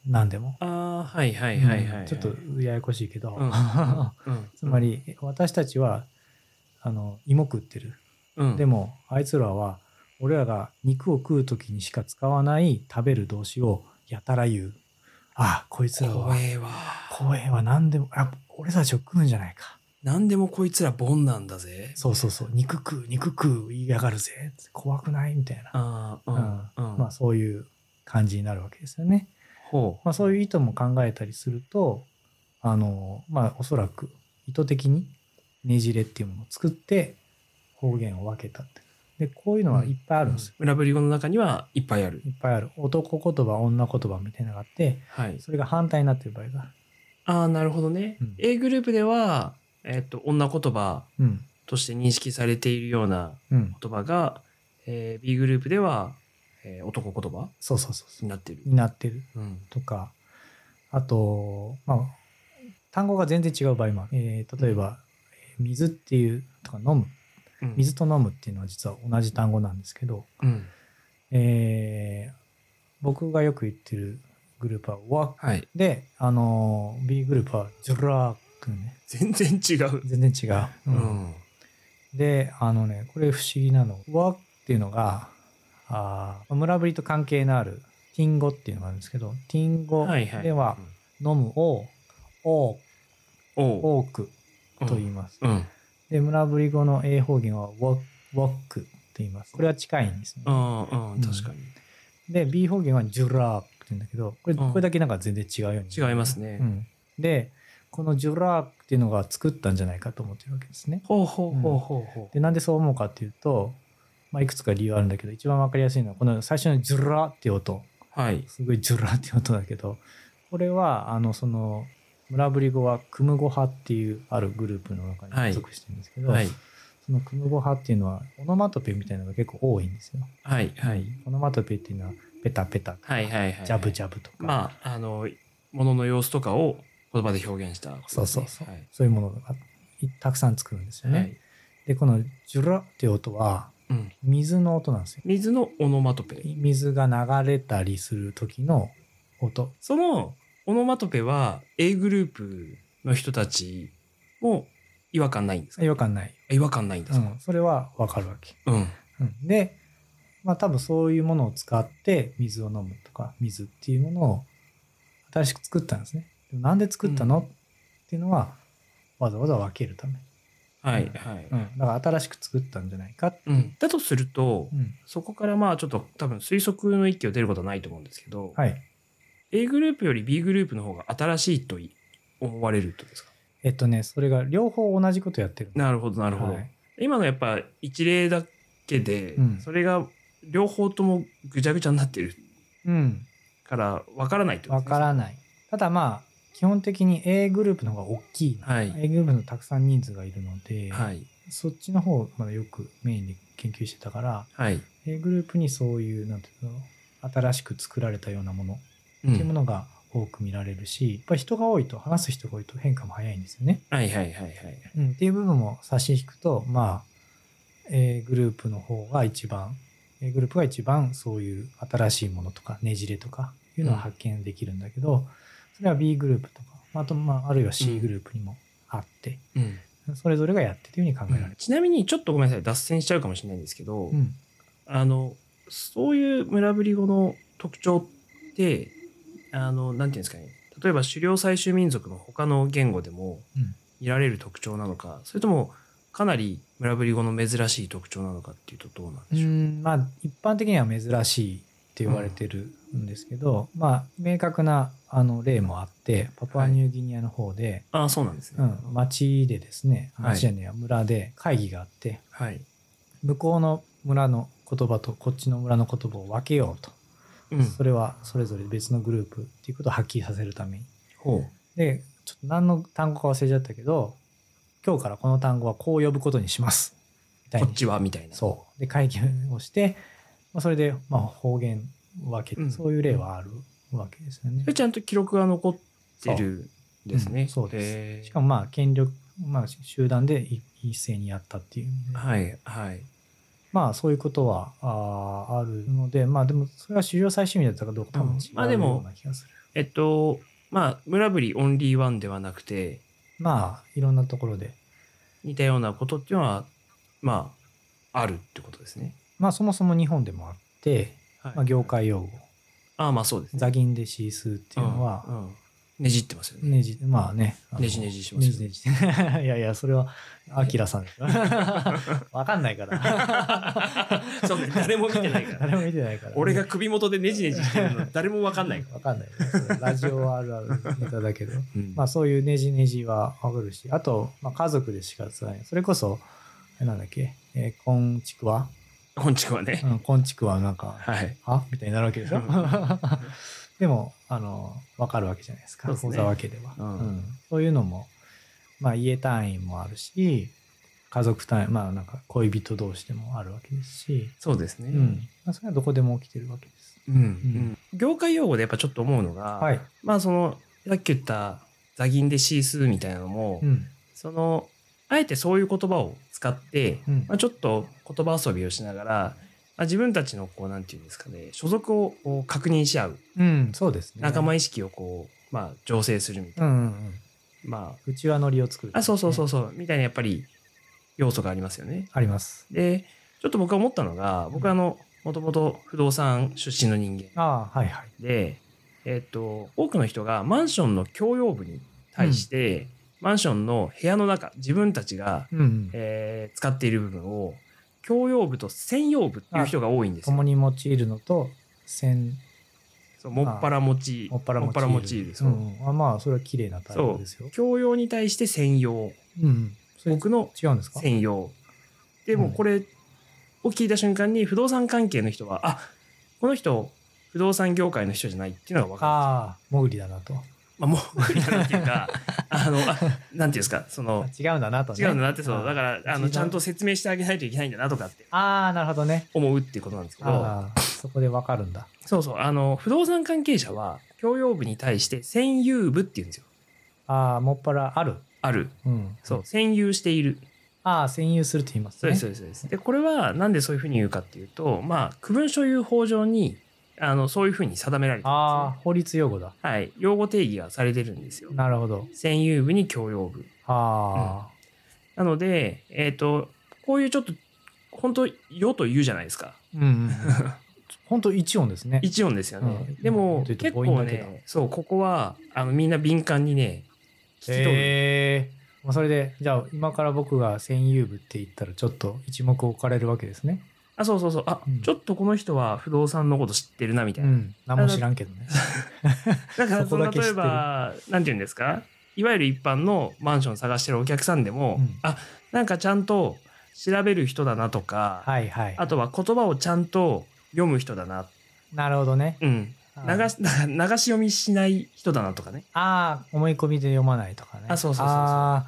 [SPEAKER 1] 何でも。
[SPEAKER 2] ああ、はい、はい、はい、は
[SPEAKER 1] う
[SPEAKER 2] い。
[SPEAKER 1] んちょっとややこしいけど、
[SPEAKER 2] うん
[SPEAKER 1] つま、り私たちはあの芋食ってる
[SPEAKER 2] うん。
[SPEAKER 1] で
[SPEAKER 2] も、
[SPEAKER 1] もあいつらは俺らが肉を食う時にしか使わない食べる動詞をやたら言う。ああこいつらは
[SPEAKER 2] 怖えわ。
[SPEAKER 1] 公園は何でもあ俺たちを食うんじゃないか。
[SPEAKER 2] 何でもこいつらボンなんだぜ。
[SPEAKER 1] そうそうそう肉食う肉食う言いやがるぜ怖くないみたいな、
[SPEAKER 2] ああ、うん、うん。
[SPEAKER 1] まあ、そういう感じになるわけですよね。
[SPEAKER 2] ほう。
[SPEAKER 1] まあ、そういう意図も考えたりするとあのまあおそらく意図的にねじれっていうものを作って方言を分けたって。でこういうのはいっぱいあるんですよ
[SPEAKER 2] 裏ぶり語の中にはいっぱいある。
[SPEAKER 1] いっぱいある男言葉女言葉みたいなのがあって
[SPEAKER 2] はい。
[SPEAKER 1] それが反対になってる場合が
[SPEAKER 2] ああ、なるほどね。
[SPEAKER 1] うん
[SPEAKER 2] A グループでは、えっ、と、女言葉
[SPEAKER 1] うん
[SPEAKER 2] として認識されているような
[SPEAKER 1] うん
[SPEAKER 2] 言葉が、えー B グループでは、えー男言葉
[SPEAKER 1] そうそうそうそ
[SPEAKER 2] になってる
[SPEAKER 1] う。になってる
[SPEAKER 2] うん。
[SPEAKER 1] とかあとまあ単語が全然違う場合もある、えー例えば「えー水」っていうとか「飲む」「水」と「飲む」っていうのは実は同じ単語なんですけど、
[SPEAKER 2] うん。
[SPEAKER 1] えー僕がよく言ってるグループは「わ
[SPEAKER 2] はい。」
[SPEAKER 1] で、あのー B グループは「ジュラーク」ね
[SPEAKER 2] 全然違う。
[SPEAKER 1] 全然違う。うんであのねこれ不思議なの「わ」っていうのがあー村ぶりと関係のある「ティンゴ」っていうのがあるんですけど「ティンゴ」
[SPEAKER 2] はいはい。
[SPEAKER 1] では「飲む」を「お」
[SPEAKER 2] うん、
[SPEAKER 1] 「
[SPEAKER 2] お
[SPEAKER 1] 多く」と言い
[SPEAKER 2] ま
[SPEAKER 1] ます。
[SPEAKER 2] す。うん。
[SPEAKER 1] で村ぶり語の英方言は「わ」「わっく」と言います。これは近いんですね
[SPEAKER 2] う。ん、うん、確かに。
[SPEAKER 1] で B 方言は「ジュラー」って言うんだけどこれ
[SPEAKER 2] うん
[SPEAKER 1] これだけなんか全然違うように、
[SPEAKER 2] 違いますね。
[SPEAKER 1] うんでこの「ジュラー」っていうのが作ったんじゃないかと思ってるわけですね。
[SPEAKER 2] ほうほうほうほうほう。
[SPEAKER 1] でなんでそう思うかっていうと、まあ、いくつか理由あるんだけど一番わかりやすいのはこの最初のジュラーっていう音
[SPEAKER 2] はい。
[SPEAKER 1] すごいジュラーっていう音だけどこれはあのその村ぶり語はクム語派っていうあるグループの中
[SPEAKER 2] はい
[SPEAKER 1] に属してるんですけど、
[SPEAKER 2] はい。
[SPEAKER 1] そのクム語派っていうのはオノマトペみたいなのが結構多いんですよ。
[SPEAKER 2] はい。はい。
[SPEAKER 1] オノマトペっていうのはペタペタとか、
[SPEAKER 2] はい。はい。はい。
[SPEAKER 1] ジャブジャブとか、
[SPEAKER 2] まあ、あの、ものの様子とかを言葉で表現した、
[SPEAKER 1] そうそうそう、
[SPEAKER 2] はい。
[SPEAKER 1] そういうものがいたくさん作るんですよね。
[SPEAKER 2] はい
[SPEAKER 1] でこのジュラーっていう音は
[SPEAKER 2] うん、
[SPEAKER 1] 水の音なんですよ。
[SPEAKER 2] 水のオノマトペ。
[SPEAKER 1] 水が流れたりする時の音
[SPEAKER 2] そのオノマトペは A グループの人たちも違和感ないんですか
[SPEAKER 1] 違和感ない、
[SPEAKER 2] 違和感ないんで
[SPEAKER 1] う
[SPEAKER 2] すか
[SPEAKER 1] ん、それはわかるわけ、
[SPEAKER 2] うん。
[SPEAKER 1] うん、でまあ多分そういうものを使って水を飲むとか水っていうものを新しく作ったんですねでもなんで作ったの、っていうのはわざわざ分けるため、
[SPEAKER 2] はいはい。
[SPEAKER 1] うん、だから新しく作ったんじゃないか、
[SPEAKER 2] うん、だとすると
[SPEAKER 1] う、ん、
[SPEAKER 2] そこからまあちょっと多分推測の域を出ることはないと思うんですけど、
[SPEAKER 1] はい
[SPEAKER 2] A グループより B グループの方が新しいとい思われるってことですか
[SPEAKER 1] えっとねそれが両方同じことやってる
[SPEAKER 2] なるほどなるほど。
[SPEAKER 1] はい
[SPEAKER 2] 今のやっぱ一例だけで、
[SPEAKER 1] うん
[SPEAKER 2] それが両方ともぐちゃぐちゃになってる
[SPEAKER 1] うん
[SPEAKER 2] からわからないってこと
[SPEAKER 1] わ
[SPEAKER 2] ですね
[SPEAKER 1] からないただまあ基本的に A グループの方が大きいな
[SPEAKER 2] はい
[SPEAKER 1] A グループのたくさん人数がいるので、
[SPEAKER 2] はい。
[SPEAKER 1] そっちの方をまだよくメインで研究してたから
[SPEAKER 2] はい。
[SPEAKER 1] A グループにそういうなんていうの新しく作られたようなものっ
[SPEAKER 2] う
[SPEAKER 1] ていうも
[SPEAKER 2] ん、
[SPEAKER 1] のが多く見られるし、やっぱり人が多いと話す人が多いと変化も早いんですよね。
[SPEAKER 2] はいはいはいはい。
[SPEAKER 1] うん、っていう部分も差し引くとまあ A グループの方が一番 A グループが一番そういう新しいものとかねじれとかいうのは
[SPEAKER 2] うん
[SPEAKER 1] 発見できるんだけど、それは B グループとかあと、まあ、あるいは C グループにもあって、
[SPEAKER 2] うん
[SPEAKER 1] それぞれがやってというふうに考えられる。
[SPEAKER 2] ちなみにちょっとごめんなさい脱線しちゃうかもしれないんですけど、
[SPEAKER 1] うん
[SPEAKER 2] あのそういう村ぶり語の特徴ってあのなんていうんですかね例えば狩猟採集民族の他の言語でも
[SPEAKER 1] うん
[SPEAKER 2] 見られる特徴なのか、それともかなり村ぶり語の珍しい特徴なのかっていうとどうなん
[SPEAKER 1] う
[SPEAKER 2] でしょう、
[SPEAKER 1] んまあ一般的には珍しいって言われてるんですけど、まあ明確なあの例もあってパプアニューギニアの方で、
[SPEAKER 2] ああそうなんですね。
[SPEAKER 1] うん、町でですね
[SPEAKER 2] はい
[SPEAKER 1] 町じゃねえや村で会議があって、
[SPEAKER 2] はい、
[SPEAKER 1] 向こうの村の言葉とこっちの村の言葉を分けようと、
[SPEAKER 2] うん、
[SPEAKER 1] それはそれぞれ別のグループっていうことをはっきりさせるために
[SPEAKER 2] ほう
[SPEAKER 1] でちょっと何の単語か忘れちゃったけど今日からこの単語はこう呼ぶことにしますみたい
[SPEAKER 2] こ
[SPEAKER 1] に
[SPEAKER 2] っちはみたいな。
[SPEAKER 1] そう。で、会見をして、まあ、それで、まあ、方言分け、
[SPEAKER 2] うん
[SPEAKER 1] そういう例はあるわけですよね
[SPEAKER 2] それ。ちゃんと記録が残ってるんですね。
[SPEAKER 1] そううんそうです
[SPEAKER 2] へー
[SPEAKER 1] しかも、まあ、権力、まあ、集団でい一斉にやったっていう、
[SPEAKER 2] はいはい。
[SPEAKER 1] まあ、そういうことはあーあるので、まあ、でも、それは狩猟採集民だったかどうか、多分違
[SPEAKER 2] まあで
[SPEAKER 1] う
[SPEAKER 2] も
[SPEAKER 1] ような気がする。
[SPEAKER 2] えっとまあ村ぶりオンリーワンではなくて
[SPEAKER 1] まあ、いろんなところで。
[SPEAKER 2] 似たようなことっていうのはまああるってことですね。
[SPEAKER 1] まあ、そもそも日本でもあって、
[SPEAKER 2] はい
[SPEAKER 1] まあ、業界用語、
[SPEAKER 2] ああまあそうですね。
[SPEAKER 1] ザギンでシースーっていうのは、
[SPEAKER 2] うんうんねじってます よね。
[SPEAKER 1] ねじ、まあね。あの
[SPEAKER 2] ねじねじしますよ
[SPEAKER 1] ねじねじ いやいや、それは、アキラさんでし ょ。わかんないから。
[SPEAKER 2] そうね誰も見てないから。
[SPEAKER 1] 誰も見てないから。
[SPEAKER 2] 俺が首元でねじねじしてるの誰もわかんないか
[SPEAKER 1] わかんない。そうラジオあるあるネタだけ ど。
[SPEAKER 2] ら。
[SPEAKER 1] まあそういうねじねじはわかるし、あと、まあ家族でしかつらない。それこそ、なんだっけ、えー、こんちくわ
[SPEAKER 2] あ本地区はね
[SPEAKER 1] う。ん、こんちくわなんか、
[SPEAKER 2] はい。
[SPEAKER 1] はみたいになるわけでし
[SPEAKER 2] う
[SPEAKER 1] ょ
[SPEAKER 2] ん。
[SPEAKER 1] でも、あの、わかるわけじゃないですか。
[SPEAKER 2] そうですね
[SPEAKER 1] 小沢家では、
[SPEAKER 2] うん
[SPEAKER 1] そういうのも、まあ家単位もあるし、家族単位、まあなんか恋人同士でもあるわけですし、
[SPEAKER 2] そうです
[SPEAKER 1] う
[SPEAKER 2] ね。
[SPEAKER 1] ん。まあそれはどこでも起きてるわけです。
[SPEAKER 2] うんうん業界用語でやっぱちょっと思うのが、
[SPEAKER 1] はい。
[SPEAKER 2] まあそのさっき言ったザギンでシースーみたいなのも、
[SPEAKER 1] うん。
[SPEAKER 2] そのあえてそういう言葉を使って、
[SPEAKER 1] うん
[SPEAKER 2] まあ、ちょっと言葉遊びをしながら、まあ、自分たちのこうなんていうんですかね所属をこう確認し合う
[SPEAKER 1] うん、そうですね。
[SPEAKER 2] 仲間意識をこう、まあ、醸成するみた
[SPEAKER 1] う
[SPEAKER 2] い
[SPEAKER 1] んうんうん。
[SPEAKER 2] な、ま
[SPEAKER 1] うちわのりを作る、
[SPEAKER 2] あ、あそうそうそう。そうみたいなやっぱり要素がありますよね。
[SPEAKER 1] あります。
[SPEAKER 2] でちょっと僕は思ったのが僕はあのもともと不動産出身の人間
[SPEAKER 1] ああ、はいはい。
[SPEAKER 2] で、えっと、多くの人がマンションの共用部に対して、マンションの部屋の中自分たちが、
[SPEAKER 1] うんうん。
[SPEAKER 2] えー使っている部分を共用部と専用部っていう人が多いんですよ
[SPEAKER 1] 共。に用いるのと、線、
[SPEAKER 2] そうもっぱら持ち
[SPEAKER 1] おっぱら
[SPEAKER 2] も
[SPEAKER 1] も
[SPEAKER 2] っぱら持ち
[SPEAKER 1] い
[SPEAKER 2] い
[SPEAKER 1] る
[SPEAKER 2] る。
[SPEAKER 1] う
[SPEAKER 2] そうん
[SPEAKER 1] うん、あまあ、それは綺麗な単語ですよ。
[SPEAKER 2] 共用に対して専用
[SPEAKER 1] うんうん。それ
[SPEAKER 2] 僕の
[SPEAKER 1] 違うんですか
[SPEAKER 2] 専用でもうこれを聞いた瞬間に不動産関係の人はあこの人不動産業界の人じゃないっていうのが分かるんです
[SPEAKER 1] ああ、
[SPEAKER 2] よ
[SPEAKER 1] もぐりだなと。
[SPEAKER 2] まあ、もう無理だなっていうかあのあなんていうんですかそ
[SPEAKER 1] あ
[SPEAKER 2] の
[SPEAKER 1] 違うんだなと、ね。
[SPEAKER 2] 違うんだなってそうだからあ
[SPEAKER 1] 違う
[SPEAKER 2] のちゃんと説明してあげないといけないんだなとかって
[SPEAKER 1] ああ、なるほどね。
[SPEAKER 2] 思うっていうことなんですけど
[SPEAKER 1] ああ、そこでわかるんだ。
[SPEAKER 2] そうそうあの不動産関係者は共用部に対して占有部っていうんですよ
[SPEAKER 1] ああ、もっぱらある。
[SPEAKER 2] ある
[SPEAKER 1] うん。
[SPEAKER 2] そう。占有している
[SPEAKER 1] ああ、占有すると言います
[SPEAKER 2] そう
[SPEAKER 1] ね。
[SPEAKER 2] ですそうですそうですでこれはなんでそういうふうに言うかっていうとまあ区分所有法上にあのそういうふうに定められてるん
[SPEAKER 1] あ
[SPEAKER 2] で
[SPEAKER 1] あ、法律用語だ。
[SPEAKER 2] すねはい用語定義がされてるんですよ
[SPEAKER 1] なるほど。
[SPEAKER 2] 占有部に共用部
[SPEAKER 1] あ
[SPEAKER 2] なので、えっ、と、こういうちょっと、本当よと言うじゃないですか。
[SPEAKER 1] あ、うん。 うんうん。本当一音ですね。
[SPEAKER 2] 一音ですよね。
[SPEAKER 1] うん
[SPEAKER 2] でも、
[SPEAKER 1] 本当
[SPEAKER 2] 結
[SPEAKER 1] に母音
[SPEAKER 2] 構
[SPEAKER 1] だけだ
[SPEAKER 2] ね、そう、ここは、あの、みんな敏感にね、聞き取る。
[SPEAKER 1] ええまあそれで、じゃあ今から僕が占有部って言ったらちょっと一目置かれるわけですね。
[SPEAKER 2] あ、そうそうそう。あ、
[SPEAKER 1] うん
[SPEAKER 2] ちょっとこの人は不動産のこと知ってるな、みた
[SPEAKER 1] う
[SPEAKER 2] いな。
[SPEAKER 1] ん。何も知らんけどね。
[SPEAKER 2] だから、
[SPEAKER 1] そ
[SPEAKER 2] そ
[SPEAKER 1] こだ
[SPEAKER 2] の
[SPEAKER 1] け知って
[SPEAKER 2] 例え
[SPEAKER 1] る
[SPEAKER 2] ば、なんて言うんですかいわゆる一般のマンション探してるお客さんでも、
[SPEAKER 1] うん
[SPEAKER 2] あ、なんかちゃんと調べる人だなとか、
[SPEAKER 1] はいはい。
[SPEAKER 2] あとは言葉をちゃんと読む人だな。
[SPEAKER 1] なるほどね。
[SPEAKER 2] うん。流し、 流し読みしない人だなとかね。
[SPEAKER 1] ああ、思い込みで読まないとかね。
[SPEAKER 2] あそうそうそうそう
[SPEAKER 1] ああ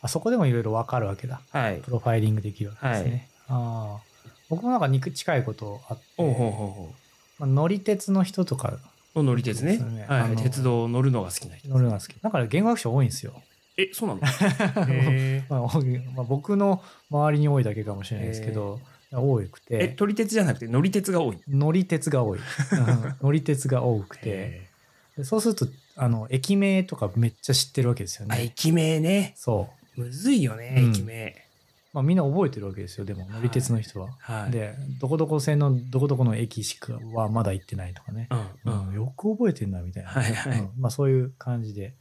[SPEAKER 1] あそこでもいろいろ分かるわけだ。
[SPEAKER 2] はい
[SPEAKER 1] プ。ロファイリングできるわけですね。ああ僕もなんか肉近いことあって、
[SPEAKER 2] ほうほうほうほ
[SPEAKER 1] まあ、乗り鉄の人とか
[SPEAKER 2] う。の乗り鉄ね。
[SPEAKER 1] そうですよね
[SPEAKER 2] は
[SPEAKER 1] あ
[SPEAKER 2] い。
[SPEAKER 1] の
[SPEAKER 2] 鉄道乗るのが好きな人。
[SPEAKER 1] 乗るのが好き。だから言語学習多いんですよ。
[SPEAKER 2] え、そう なのへー
[SPEAKER 1] まあ、多いまあ僕の周りに多いだけかもしれないですけど、多くて、
[SPEAKER 2] え、撮り鉄じゃなくて乗り鉄が多い。
[SPEAKER 1] 乗り鉄が多 い。うん乗り鉄が多くて、
[SPEAKER 2] へ
[SPEAKER 1] でそうすると、あの、駅名とかめっちゃ知ってるわけですよ
[SPEAKER 2] ーあ、
[SPEAKER 1] ね。
[SPEAKER 2] 駅名ね。
[SPEAKER 1] そう。
[SPEAKER 2] むずいよね
[SPEAKER 1] う、ん
[SPEAKER 2] 駅名。
[SPEAKER 1] まあ、みんな覚えてるわけですよ、でも、乗り鉄の人は。
[SPEAKER 2] はい。
[SPEAKER 1] で、どこどこ線のどこどこの駅しかはまだ行ってないとかね。
[SPEAKER 2] うんうん。
[SPEAKER 1] うんよく覚えてんな、みたいな。
[SPEAKER 2] はいはい
[SPEAKER 1] うんまあ、そういう感じで。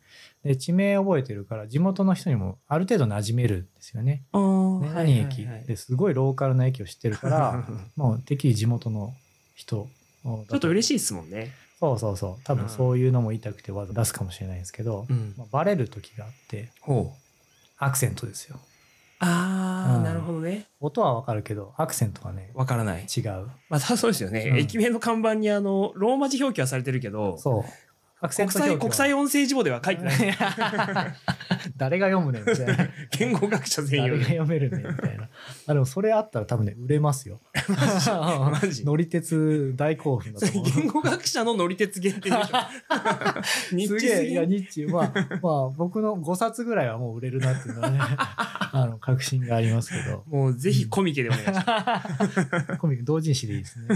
[SPEAKER 1] で、地名覚えてるから、地元の人にもある程度馴染めるんですよね。
[SPEAKER 2] あー
[SPEAKER 1] ね
[SPEAKER 2] はい
[SPEAKER 1] 何駅
[SPEAKER 2] はいはい
[SPEAKER 1] ですごいローカルな駅を知ってるから、もうてっきり地元の人
[SPEAKER 2] ちょっと
[SPEAKER 1] しい
[SPEAKER 2] 嬉しいですもんね。
[SPEAKER 1] そうそうそう多分そういうのも痛くてわざ出すかもしれないですけど、
[SPEAKER 2] うん
[SPEAKER 1] まあ、バレる時があって
[SPEAKER 2] ほう。
[SPEAKER 1] アクセントですよ
[SPEAKER 2] あ
[SPEAKER 1] う
[SPEAKER 2] あ、
[SPEAKER 1] ん
[SPEAKER 2] なるほどね。
[SPEAKER 1] 音はわかるけどアクセントがね
[SPEAKER 2] わからない。
[SPEAKER 1] 違う
[SPEAKER 2] またそうですよね。
[SPEAKER 1] うん
[SPEAKER 2] 駅名の看板にあの、ローマ字表記はされてるけど、
[SPEAKER 1] そうアクセント
[SPEAKER 2] 国
[SPEAKER 1] 表
[SPEAKER 2] 際、
[SPEAKER 1] 記は
[SPEAKER 2] 国際音声字母では書いてない。
[SPEAKER 1] 誰が読むねんみたいな
[SPEAKER 2] 言語学者 全
[SPEAKER 1] 誰
[SPEAKER 2] 員
[SPEAKER 1] が読めるねんみたいなあでもそれあったら多分ね売れます よ
[SPEAKER 2] マジ
[SPEAKER 1] 乗り鉄大興奮だ
[SPEAKER 2] そ
[SPEAKER 1] と
[SPEAKER 2] れ
[SPEAKER 1] 思う
[SPEAKER 2] 言語学者の乗り鉄限定でしょ。日
[SPEAKER 1] す
[SPEAKER 2] 記
[SPEAKER 1] げ
[SPEAKER 2] す
[SPEAKER 1] え、い
[SPEAKER 2] ぎ
[SPEAKER 1] や、
[SPEAKER 2] る
[SPEAKER 1] ニッチ、まあ、 まあ、僕の5冊ぐらいはもう売れるなっていうの はね、あの、確信がありますけど、
[SPEAKER 2] もうぜひコミケでお願いします。
[SPEAKER 1] コミック同人誌でいいですね。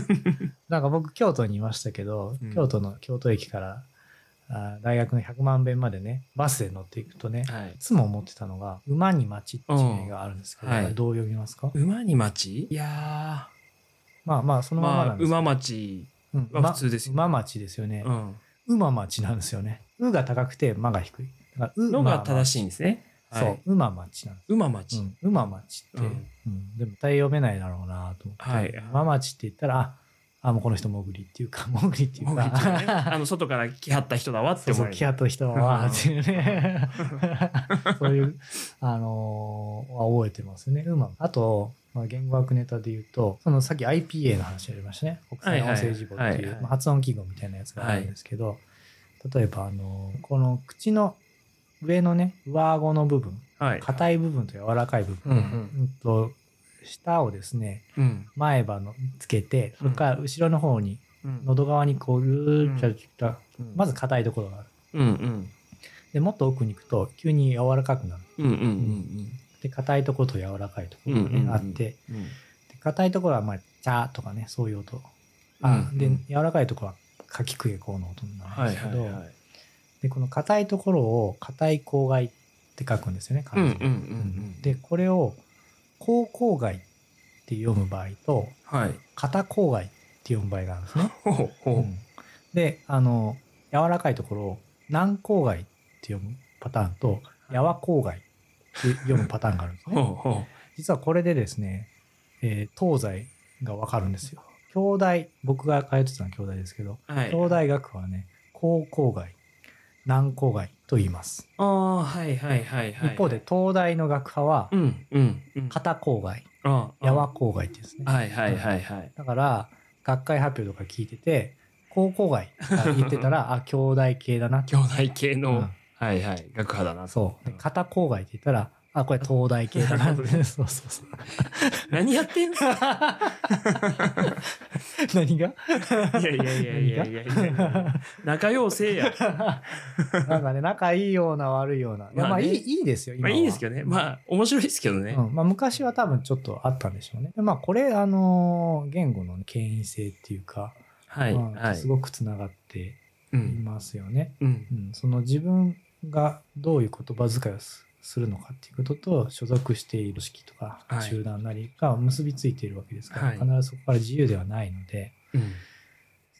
[SPEAKER 1] なんか僕、京都にいましたけど、
[SPEAKER 2] うん
[SPEAKER 1] 京都の京都駅から、あー大学の100万遍までね、バスで乗っていくとね、
[SPEAKER 2] はい
[SPEAKER 1] い、つも思ってたのが、馬に町っていう名があるんですけど、
[SPEAKER 2] うんはい
[SPEAKER 1] あれどう呼びますか、
[SPEAKER 2] 馬に町いや
[SPEAKER 1] まあまあ、そ
[SPEAKER 2] ー、
[SPEAKER 1] のまま
[SPEAKER 2] ま
[SPEAKER 1] な
[SPEAKER 2] あ
[SPEAKER 1] ん、ですけど、
[SPEAKER 2] 馬町。
[SPEAKER 1] うん
[SPEAKER 2] まあ
[SPEAKER 1] 馬
[SPEAKER 2] 普通ですよね
[SPEAKER 1] 馬町ですよね
[SPEAKER 2] う。ん。
[SPEAKER 1] 馬町なんですよね。うが高くて、まが低い。だからう
[SPEAKER 2] のが正しいんですね。
[SPEAKER 1] まあまあ
[SPEAKER 2] は
[SPEAKER 1] そ、
[SPEAKER 2] いう
[SPEAKER 1] 馬町なんです
[SPEAKER 2] 馬
[SPEAKER 1] う
[SPEAKER 2] 町。
[SPEAKER 1] ん、馬町って、
[SPEAKER 2] う
[SPEAKER 1] うんんでも絶対読めないだろうなと思って、
[SPEAKER 2] はい
[SPEAKER 1] 馬町って言ったらああもうこの人潜りっていうか潜りっていうか
[SPEAKER 2] もう一応ねあの、外から来はった人だわっ
[SPEAKER 1] そう
[SPEAKER 2] て思
[SPEAKER 1] そうう
[SPEAKER 2] よね
[SPEAKER 1] キャット人はっ ていうね そういうあのーは覚えてますね馬あと、まあ、言語学ネタで言うとそのさっき IPA の話ありましたね国際音声字母って
[SPEAKER 2] はいいは
[SPEAKER 1] う、
[SPEAKER 2] いはい
[SPEAKER 1] まあ、発音記号みたいなやつがあるんですけど、例えば、あのーこの口の上のね上顎の部分
[SPEAKER 2] はい。
[SPEAKER 1] 硬い部分と柔らかい部分
[SPEAKER 2] うんうん。
[SPEAKER 1] うんと舌をですね
[SPEAKER 2] うん。
[SPEAKER 1] 前歯のつけて
[SPEAKER 2] う
[SPEAKER 1] そ
[SPEAKER 2] ん
[SPEAKER 1] こから後ろの方に
[SPEAKER 2] うん
[SPEAKER 1] 喉側にこうぐーっちゃちゃ
[SPEAKER 2] うん
[SPEAKER 1] まず硬いところがある
[SPEAKER 2] うんうん。
[SPEAKER 1] でもっと奥に行くと急に柔らかくなる
[SPEAKER 2] うんうんうん
[SPEAKER 1] で硬いところと柔らかいとこ
[SPEAKER 2] うん。う
[SPEAKER 1] ろが
[SPEAKER 2] んう
[SPEAKER 1] ね
[SPEAKER 2] んうん
[SPEAKER 1] あってで
[SPEAKER 2] うん
[SPEAKER 1] 硬いところはまあ「チャー」とかねそういう音あ
[SPEAKER 2] うん
[SPEAKER 1] で柔らかいところはかきくえこうの音になるん
[SPEAKER 2] は
[SPEAKER 1] で
[SPEAKER 2] い
[SPEAKER 1] す
[SPEAKER 2] は
[SPEAKER 1] け
[SPEAKER 2] い
[SPEAKER 1] ど
[SPEAKER 2] はい。
[SPEAKER 1] でこの硬いところを硬い郊外って書くんですよね
[SPEAKER 2] うんう
[SPEAKER 1] 漢
[SPEAKER 2] ん
[SPEAKER 1] 字で
[SPEAKER 2] うんうん。
[SPEAKER 1] で、これを高郊外って読む場合と
[SPEAKER 2] はい。
[SPEAKER 1] 片郊外って読む場合があるんですね。
[SPEAKER 2] ほうほ
[SPEAKER 1] うんであの柔らかいところを軟郊外って読むパターンとやわ郊外って読むパターンがあるんです
[SPEAKER 2] う。ほう
[SPEAKER 1] ね。
[SPEAKER 2] ほう。
[SPEAKER 1] 実はこれでですね、えー東西がわかるんですよ。兄弟僕が通ってたのは兄弟ですけど
[SPEAKER 2] はい。
[SPEAKER 1] 兄弟学区はね高郊外南郊外と言います。
[SPEAKER 2] ああ、はいはいはいはい。
[SPEAKER 1] 一方で、東大の学派は
[SPEAKER 2] うんうんうん。
[SPEAKER 1] 片郊外
[SPEAKER 2] ああ
[SPEAKER 1] やわ郊外って言うんですね。
[SPEAKER 2] はいはいはいはい。
[SPEAKER 1] だから学会発表とか聞いてて高校外とか言ってた らあ兄弟系だなって
[SPEAKER 2] 兄弟系の、
[SPEAKER 1] うん
[SPEAKER 2] はいはい、学派だな。
[SPEAKER 1] そうで片校外って言ったらあこれ東大系だ なってそうそうそう
[SPEAKER 2] 何やってんの い
[SPEAKER 1] 何が
[SPEAKER 2] やいやいやいやいやいや仲ようせいや。
[SPEAKER 1] なんかね仲いいような悪いような、いやま
[SPEAKER 2] まあ
[SPEAKER 1] あ
[SPEAKER 2] ね
[SPEAKER 1] いいいいですよ 今
[SPEAKER 2] まあ
[SPEAKER 1] はい
[SPEAKER 2] いですけどね。まあ、面白いですけどね。
[SPEAKER 1] うんまあ、昔は多分ちょっとあったんでしょうね。でまあこれあのー言語の権威性っていうか、
[SPEAKER 2] はい
[SPEAKER 1] うん
[SPEAKER 2] はい。
[SPEAKER 1] すごくつながって
[SPEAKER 2] う
[SPEAKER 1] い
[SPEAKER 2] ん。
[SPEAKER 1] ますよね。
[SPEAKER 2] うん
[SPEAKER 1] うん、その自分がどういう言葉遣いをすするのかっていうことと所属している組織とか
[SPEAKER 2] はい
[SPEAKER 1] 集団なりが結びついているわけですから、
[SPEAKER 2] はい
[SPEAKER 1] 必ずそこから自由ではないので
[SPEAKER 2] うん。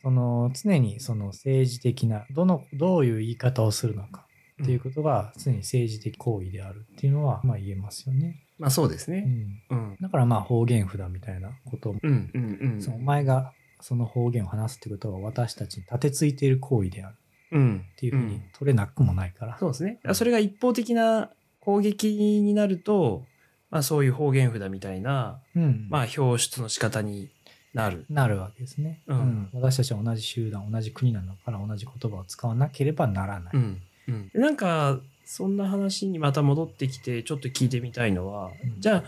[SPEAKER 1] その常にその政治的などのどういう言い方をするのかっていうことが常に政治的行為であるっていうのはまあ言えますよね、
[SPEAKER 2] まあそうです
[SPEAKER 1] う
[SPEAKER 2] ね。
[SPEAKER 1] ん、
[SPEAKER 2] うん。
[SPEAKER 1] だからまあ方言札みたいなことも、
[SPEAKER 2] うんうんうん。
[SPEAKER 1] そのお前がその方言を話すってことは私たちに立てついている行為である
[SPEAKER 2] うん。
[SPEAKER 1] っていうふうに取れなくもないから、
[SPEAKER 2] そうですね。それが一方的な攻撃になると、まあそういう方言札みたいな、
[SPEAKER 1] うん
[SPEAKER 2] まあ表出の仕方になる。
[SPEAKER 1] なるわけですね、
[SPEAKER 2] うん
[SPEAKER 1] 私たちは同じ集団同じ国なのから同じ言葉を使わなければならない、
[SPEAKER 2] うん。うん、なんか、そんな話にまた戻ってきてちょっと聞いてみたいのは、
[SPEAKER 1] うん
[SPEAKER 2] じゃあ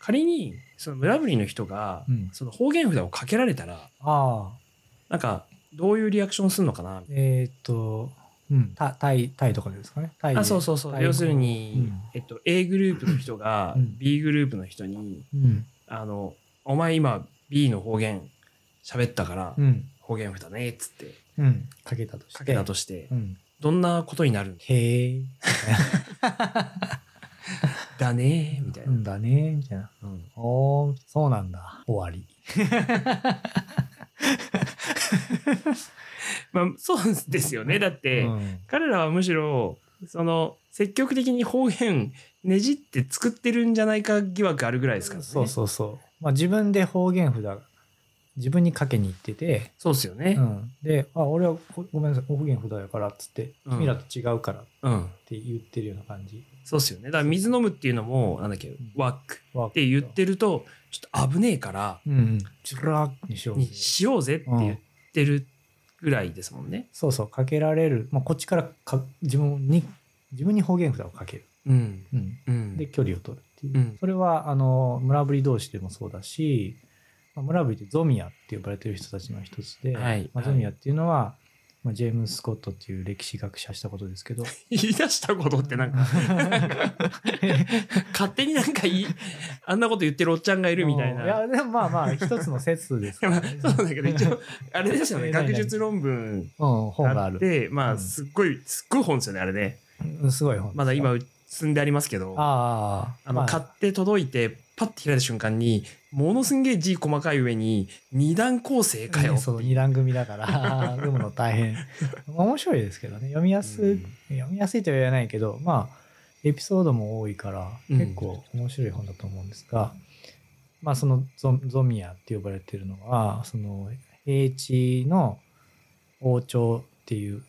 [SPEAKER 2] 仮にその村ぶりの人が
[SPEAKER 1] うん
[SPEAKER 2] その方言札をかけられたら
[SPEAKER 1] ああ、
[SPEAKER 2] なんかどういうリアクションするのかな
[SPEAKER 1] えーっと、うん、タタイ、タイとかですかね。タイで
[SPEAKER 2] あそうそうそ
[SPEAKER 1] タイ
[SPEAKER 2] う
[SPEAKER 1] 語
[SPEAKER 2] 要するに、
[SPEAKER 1] うん
[SPEAKER 2] えっと、A グループの人が
[SPEAKER 1] うん
[SPEAKER 2] B グループの人に
[SPEAKER 1] うん。
[SPEAKER 2] 「あのお前今 B の方言喋ったから
[SPEAKER 1] うん。
[SPEAKER 2] 方言札ね」っつって
[SPEAKER 1] うん。かけたとして。
[SPEAKER 2] かけたとして
[SPEAKER 1] うん。
[SPEAKER 2] どんなことになるん
[SPEAKER 1] へえ。
[SPEAKER 2] だねみたいうな。
[SPEAKER 1] んだね、みたいな。
[SPEAKER 2] うん
[SPEAKER 1] おー、そうなんだ。終わり。
[SPEAKER 2] まあそうですよねだって、
[SPEAKER 1] うん
[SPEAKER 2] 彼らはむしろその積極的に方言ねじって作ってるんじゃないか疑惑あるぐらいですからね。
[SPEAKER 1] そうそうそう。まあ、自分で方言札、自分にかけに行ってて、
[SPEAKER 2] そうですよね
[SPEAKER 1] う。ん、で、あ、俺はごごめんなさい、方言札やからっつって、
[SPEAKER 2] うん
[SPEAKER 1] 君らと違うからっ
[SPEAKER 2] うん、
[SPEAKER 1] て言ってるような感じ。
[SPEAKER 2] そうですよね。だから水飲むっていうのもなんだっけ
[SPEAKER 1] ん
[SPEAKER 2] ワック
[SPEAKER 1] わ
[SPEAKER 2] って言っ。てるとちょっと危ねえから
[SPEAKER 1] うんうん。チュラーにしようぜ
[SPEAKER 2] にしようぜって言ってるぐらいですもんね。
[SPEAKER 1] そうそう、かけられる。まあ、こっちからか自分に、自分に方言札をかける。
[SPEAKER 2] うん。
[SPEAKER 1] うん。
[SPEAKER 2] うん。
[SPEAKER 1] で、距離を取るっていう。
[SPEAKER 2] うん
[SPEAKER 1] それは、あの、村ぶり同士でもそうだし、まあ、村ぶりってゾミアって呼ばれてる人たちの一つで、
[SPEAKER 2] はい
[SPEAKER 1] まあ、
[SPEAKER 2] は
[SPEAKER 1] ゾ
[SPEAKER 2] い
[SPEAKER 1] ミアっていうのは、まあ、ジェームス・スコットっていう歴史学者したことですけど、
[SPEAKER 2] 言い出したことってな んか勝手になんかいいあんなこと言ってるおっちゃんがいるみたいな。
[SPEAKER 1] いや、でもまあまあ、一つの説です
[SPEAKER 2] い
[SPEAKER 1] か
[SPEAKER 2] や ま
[SPEAKER 1] ら
[SPEAKER 2] あ
[SPEAKER 1] ね、
[SPEAKER 2] そうなんだけど一応あれですよね
[SPEAKER 1] 何々
[SPEAKER 2] 学術論文
[SPEAKER 1] うん、本がある。
[SPEAKER 2] で
[SPEAKER 1] う
[SPEAKER 2] まあ
[SPEAKER 1] ん
[SPEAKER 2] すっごいすっごい本ですよねあれね
[SPEAKER 1] うんすごい本。
[SPEAKER 2] まだ、今積んでありますけどあ
[SPEAKER 1] ああ、
[SPEAKER 2] の、
[SPEAKER 1] ま
[SPEAKER 2] 買って届いてパッて開いた瞬間にものすんげえ字細かい上に二段構成かよ、
[SPEAKER 1] ねそう、二段組だから、 読むの大変。面白いですけどね、読みやすい、
[SPEAKER 2] うん
[SPEAKER 1] 読みやすいとは言えないけど、まあ、エピソードも多いから、
[SPEAKER 2] うん
[SPEAKER 1] 結構面白い本だと思うんですが、まあ、そのゾゾミアって呼ばれてるのは、その平地の王朝っていう、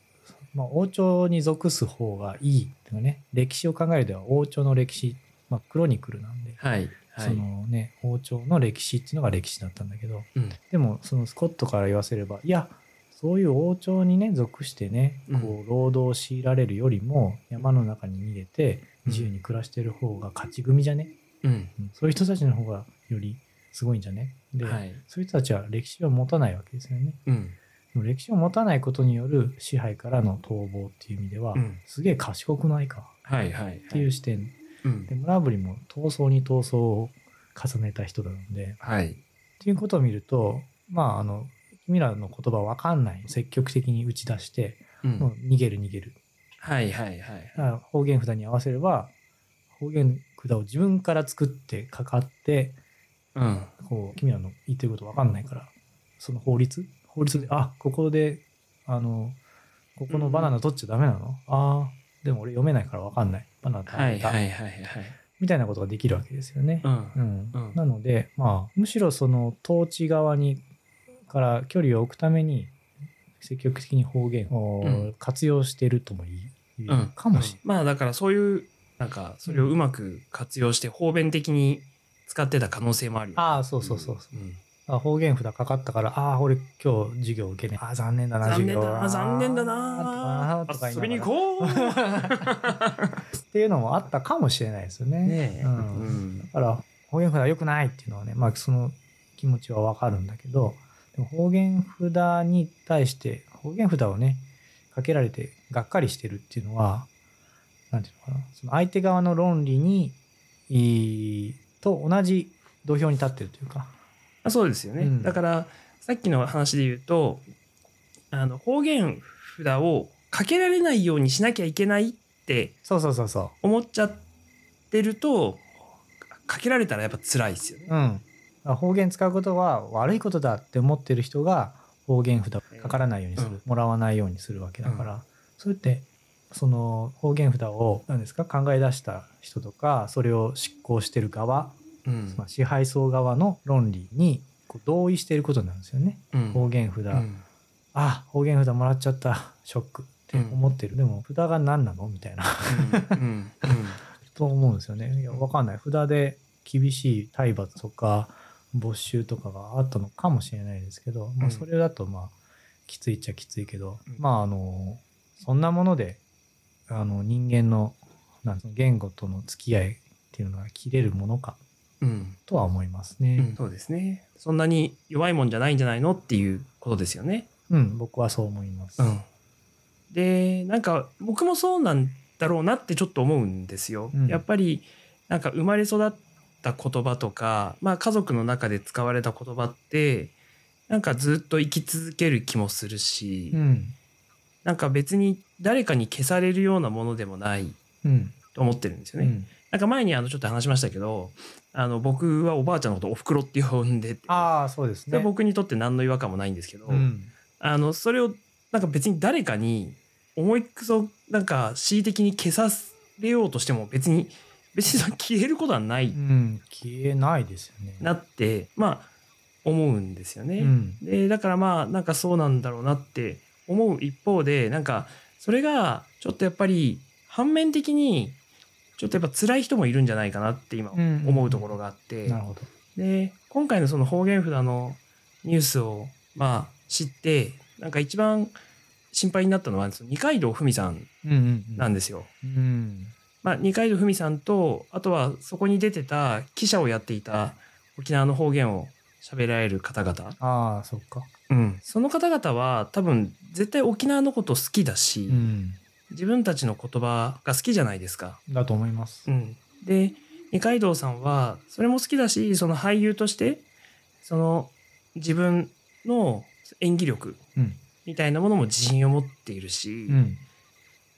[SPEAKER 1] まあ、王朝に属す方がいいっていうね、歴史を考えるでは王朝の歴史、まあ、クロニクルなんで、
[SPEAKER 2] はいは
[SPEAKER 1] そ
[SPEAKER 2] い
[SPEAKER 1] のね、王朝の歴史っていうのが歴史だったんだけど、
[SPEAKER 2] うん
[SPEAKER 1] でもそのスコットから言わせればいやそういう王朝にね属してね
[SPEAKER 2] うん
[SPEAKER 1] こう労働を強いられるよりも山の中に逃げて
[SPEAKER 2] うん
[SPEAKER 1] 自由に暮らしてる方が勝ち組じゃね、
[SPEAKER 2] うん
[SPEAKER 1] うんそういう人たちの方がよりすごいんじゃねで、
[SPEAKER 2] はい
[SPEAKER 1] そういう人たちは歴史を持たないわけですよね
[SPEAKER 2] うん
[SPEAKER 1] でも歴史を持たないことによる支配からの逃亡っていう意味では、
[SPEAKER 2] うん
[SPEAKER 1] すげえ賢くないか
[SPEAKER 2] はいはい
[SPEAKER 1] っていう視点、
[SPEAKER 2] うん
[SPEAKER 1] で村ぶりも闘争に闘争を重ねた人なので、
[SPEAKER 2] はい
[SPEAKER 1] っていうことを見ると、まあ、あの、君らの言葉わかんない。積極的に打ち出して、
[SPEAKER 2] うん
[SPEAKER 1] もう逃げる逃げる。
[SPEAKER 2] はいはいはい
[SPEAKER 1] だから方言札に合わせれば、方言札を自分から作ってかかって、
[SPEAKER 2] うん
[SPEAKER 1] こう、君らの言ってることわかんないから、その法律法律で、あ、ここで、あの、ここのバナナ取っちゃダメなの、ああ、でも俺読めないからわかんない。バナナ食
[SPEAKER 2] はい
[SPEAKER 1] べた、
[SPEAKER 2] はいはいはい
[SPEAKER 1] みたいなことができるわけですよね。
[SPEAKER 2] うん
[SPEAKER 1] うん
[SPEAKER 2] うん
[SPEAKER 1] なので、まあ、むしろその統治側にから距離を置くために積極的に方言
[SPEAKER 2] う
[SPEAKER 1] を
[SPEAKER 2] ん
[SPEAKER 1] 活用してるとも言え
[SPEAKER 2] うん
[SPEAKER 1] るかもしれない。
[SPEAKER 2] まあだからそういうなんかそれをうまく活用して方便的に使ってた可能性もあるよ、、
[SPEAKER 1] ああそうそうそうそう
[SPEAKER 2] ん
[SPEAKER 1] あ方言札かかったからああ俺今日授業受けねえああ残念だな
[SPEAKER 2] 残
[SPEAKER 1] 授
[SPEAKER 2] 念
[SPEAKER 1] 業
[SPEAKER 2] だな残念だ
[SPEAKER 1] あ
[SPEAKER 2] な
[SPEAKER 1] ーとか
[SPEAKER 2] 遊びに行
[SPEAKER 1] う
[SPEAKER 2] こう
[SPEAKER 1] っていうのもあったかもしれないですよね
[SPEAKER 2] ねえ、
[SPEAKER 1] うんだから方言札は良くないっていうのはねまあその気持ちはわかるんだけどでも方言札に対して方言札をねかけられてがっかりしてるっていうのはなんていうのかなその相手側の論理にいいと同じ土俵に立ってるというか。
[SPEAKER 2] あそうですよね、
[SPEAKER 1] うん
[SPEAKER 2] だからさっきの話で言うとあの方言札をかけられないようにしなきゃいけないって
[SPEAKER 1] そうそうそうそ
[SPEAKER 2] 思っちゃってるとかけられたらやっぱ辛いですよね
[SPEAKER 1] う。うん。だから方言使うことは悪いことだって思ってる人が方言札をかからないようにする、
[SPEAKER 2] うん
[SPEAKER 1] もらわないようにするわけだから、
[SPEAKER 2] う
[SPEAKER 1] それってその方言札を何ですか考え出した人とかそれを執行してる側、
[SPEAKER 2] うん
[SPEAKER 1] まあ、支配層側の論理にこう同意していることなんですよね。
[SPEAKER 2] うん
[SPEAKER 1] 方言札、
[SPEAKER 2] うん
[SPEAKER 1] あ方言札もらっちゃったショックって思ってる、でも札が何なのみたいな
[SPEAKER 2] うんうんうん
[SPEAKER 1] と思うんですよね。いや、わかんない。札で厳しい体罰とか、没収とかがあったのかもしれないですけど、ま
[SPEAKER 2] う
[SPEAKER 1] あ、
[SPEAKER 2] ん
[SPEAKER 1] それだと、まあ、きついっちゃきついけど、
[SPEAKER 2] うん
[SPEAKER 1] まあ、あの、そんなもので、あの、人間のなんつうの言語との付き合いっていうのが切れるものか
[SPEAKER 2] うん
[SPEAKER 1] とは思います
[SPEAKER 2] う
[SPEAKER 1] ね
[SPEAKER 2] ん、。そうですねそんなに弱いもんじゃないんじゃないのっていうことですよね。
[SPEAKER 1] うん、僕はそう思います。
[SPEAKER 2] うん、でなんか僕もそうなんだろうなってちょっと思うんですよ。
[SPEAKER 1] うん
[SPEAKER 2] やっぱりなんか生まれ育った言葉とか、まあ、家族の中で使われた言葉ってなんかずっと生き続ける気もするし、
[SPEAKER 1] うん、
[SPEAKER 2] なんか別に誰かに消されるようなものでもない
[SPEAKER 1] うん、
[SPEAKER 2] と思ってるんですよ
[SPEAKER 1] う
[SPEAKER 2] ね。
[SPEAKER 1] ん。
[SPEAKER 2] なんか前にあのちょっと話しましたけどあの僕はおばあちゃんのことおふくろって呼んでて
[SPEAKER 1] ああ、そうです
[SPEAKER 2] それ
[SPEAKER 1] ね。
[SPEAKER 2] は僕にとって何の違和感もないんですけど、
[SPEAKER 1] うん、
[SPEAKER 2] あのそれをなんか別に誰かに思いくそなんか恣意的に消されようとしても別に別にその消えることはない
[SPEAKER 1] うん、消えないですよね。
[SPEAKER 2] なって、まあ思うんですよね。
[SPEAKER 1] うん、
[SPEAKER 2] でだからまあなんかそうなんだろうなって思う一方でなんかそれがちょっとやっぱり反面的にちょっとやっぱ辛い人もいるんじゃないかなって今
[SPEAKER 1] うんうんうん
[SPEAKER 2] 思うところがあって、
[SPEAKER 1] なるほど。
[SPEAKER 2] で今回のその方言札のニュースをまあ知ってなんか一番心配になったのはその二階堂ふみさん
[SPEAKER 1] うん、うん、うん。
[SPEAKER 2] なんですよ。
[SPEAKER 1] うん、
[SPEAKER 2] まあ、二階堂ふみさんとあとはそこに出てた記者をやっていた沖縄の方言を喋られる方々
[SPEAKER 1] ああ、そっか。
[SPEAKER 2] うん、その方々は多分絶対沖縄のこと好きだし、
[SPEAKER 1] うん、
[SPEAKER 2] 自分たちの言葉が好きじゃないですか。
[SPEAKER 1] だと思います
[SPEAKER 2] う。ん、で二階堂さんはそれも好きだしその俳優としてその自分の演技力
[SPEAKER 1] うん、
[SPEAKER 2] みたいなものも自信を持っているし、
[SPEAKER 1] うん、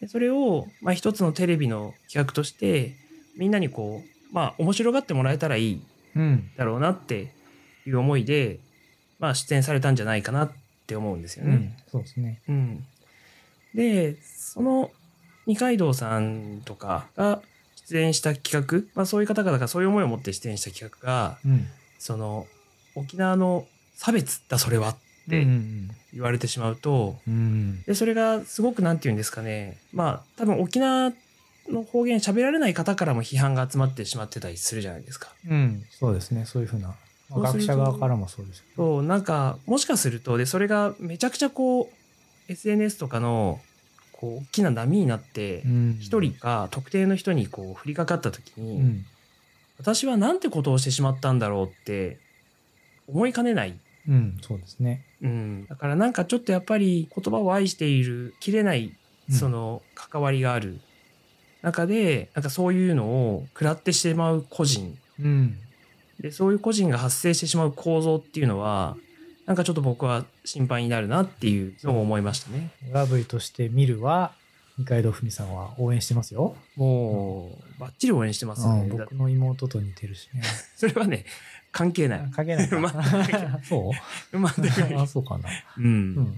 [SPEAKER 2] でそれを、まあ、一つのテレビの企画としてみんなにこうまあ面白がってもらえたらいい
[SPEAKER 1] うん、
[SPEAKER 2] だろうなっていう思いで、まあ、出演されたんじゃないかなって思うんですよ
[SPEAKER 1] う
[SPEAKER 2] ね。
[SPEAKER 1] ん、そうですね。
[SPEAKER 2] うん、でその二階堂さんとかが出演した企画、まあ、そういう方々がそういう思いを持って出演した企画が
[SPEAKER 1] うん、
[SPEAKER 2] その沖縄の差別だそれはって
[SPEAKER 1] うん、
[SPEAKER 2] 言われてしまうと
[SPEAKER 1] うん、うん、
[SPEAKER 2] でそれがすごく何て言うんですかねまあ多分沖縄の方言喋られない方からも批判が集まってしまってたりするじゃないですか。
[SPEAKER 1] うん、そうですね。そういうふうな。まあ
[SPEAKER 2] そう
[SPEAKER 1] 学
[SPEAKER 2] すると
[SPEAKER 1] 者側からもそうですけど。
[SPEAKER 2] そうなんかもしかするとでそれがめちゃくちゃこう SNS とかのこう大きな波になって、
[SPEAKER 1] うん
[SPEAKER 2] 一人が特定の人にこう降りかかった時に、
[SPEAKER 1] うん、
[SPEAKER 2] 私はなんてことをしてしまったんだろうって思いかねない、
[SPEAKER 1] うん、そうですね。
[SPEAKER 2] うん、だからなんかちょっとやっぱり言葉を愛している切れない
[SPEAKER 1] うん
[SPEAKER 2] その関わりがある中で、なんかそういうのを食らってしまう個人
[SPEAKER 1] うん、
[SPEAKER 2] でそういう個人が発生してしまう構造っていうのはなんかちょっと僕は心配になるなっていうのを思いましたね。
[SPEAKER 1] ラブイとして見るは二階堂ふみさんは応援してますよ。
[SPEAKER 2] もうバッチリ応援してますよ
[SPEAKER 1] う
[SPEAKER 2] ね。
[SPEAKER 1] ん、
[SPEAKER 2] だっ
[SPEAKER 1] 僕
[SPEAKER 2] て
[SPEAKER 1] の妹と似てるしね。
[SPEAKER 2] それはね関係ない。
[SPEAKER 1] かけないか
[SPEAKER 2] まあ。
[SPEAKER 1] そう
[SPEAKER 2] 生まれてくる
[SPEAKER 1] あそうかな。
[SPEAKER 2] うん
[SPEAKER 1] うん。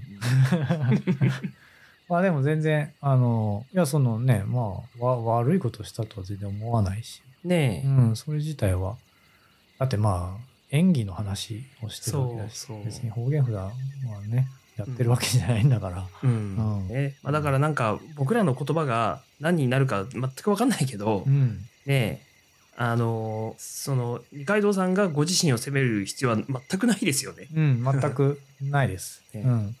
[SPEAKER 1] まあでも全然、あの、いや、そのね、まあ、わ悪いことしたとは全然思わないし、
[SPEAKER 2] ねえ、
[SPEAKER 1] うん、それ自体は、だってまあ、演技の話をしてるわけだし
[SPEAKER 2] そうそう、
[SPEAKER 1] 別に方言札はね、やってるわけじゃないんだから、
[SPEAKER 2] うん
[SPEAKER 1] うん
[SPEAKER 2] ねまあ、だからなんか僕らの言葉が何になるか全く分かんないけど、
[SPEAKER 1] うん、
[SPEAKER 2] ねえあのーその二階堂さんがご自身を責める必要は全くないですよね。
[SPEAKER 1] うん、全くない です。
[SPEAKER 2] ね
[SPEAKER 1] うん。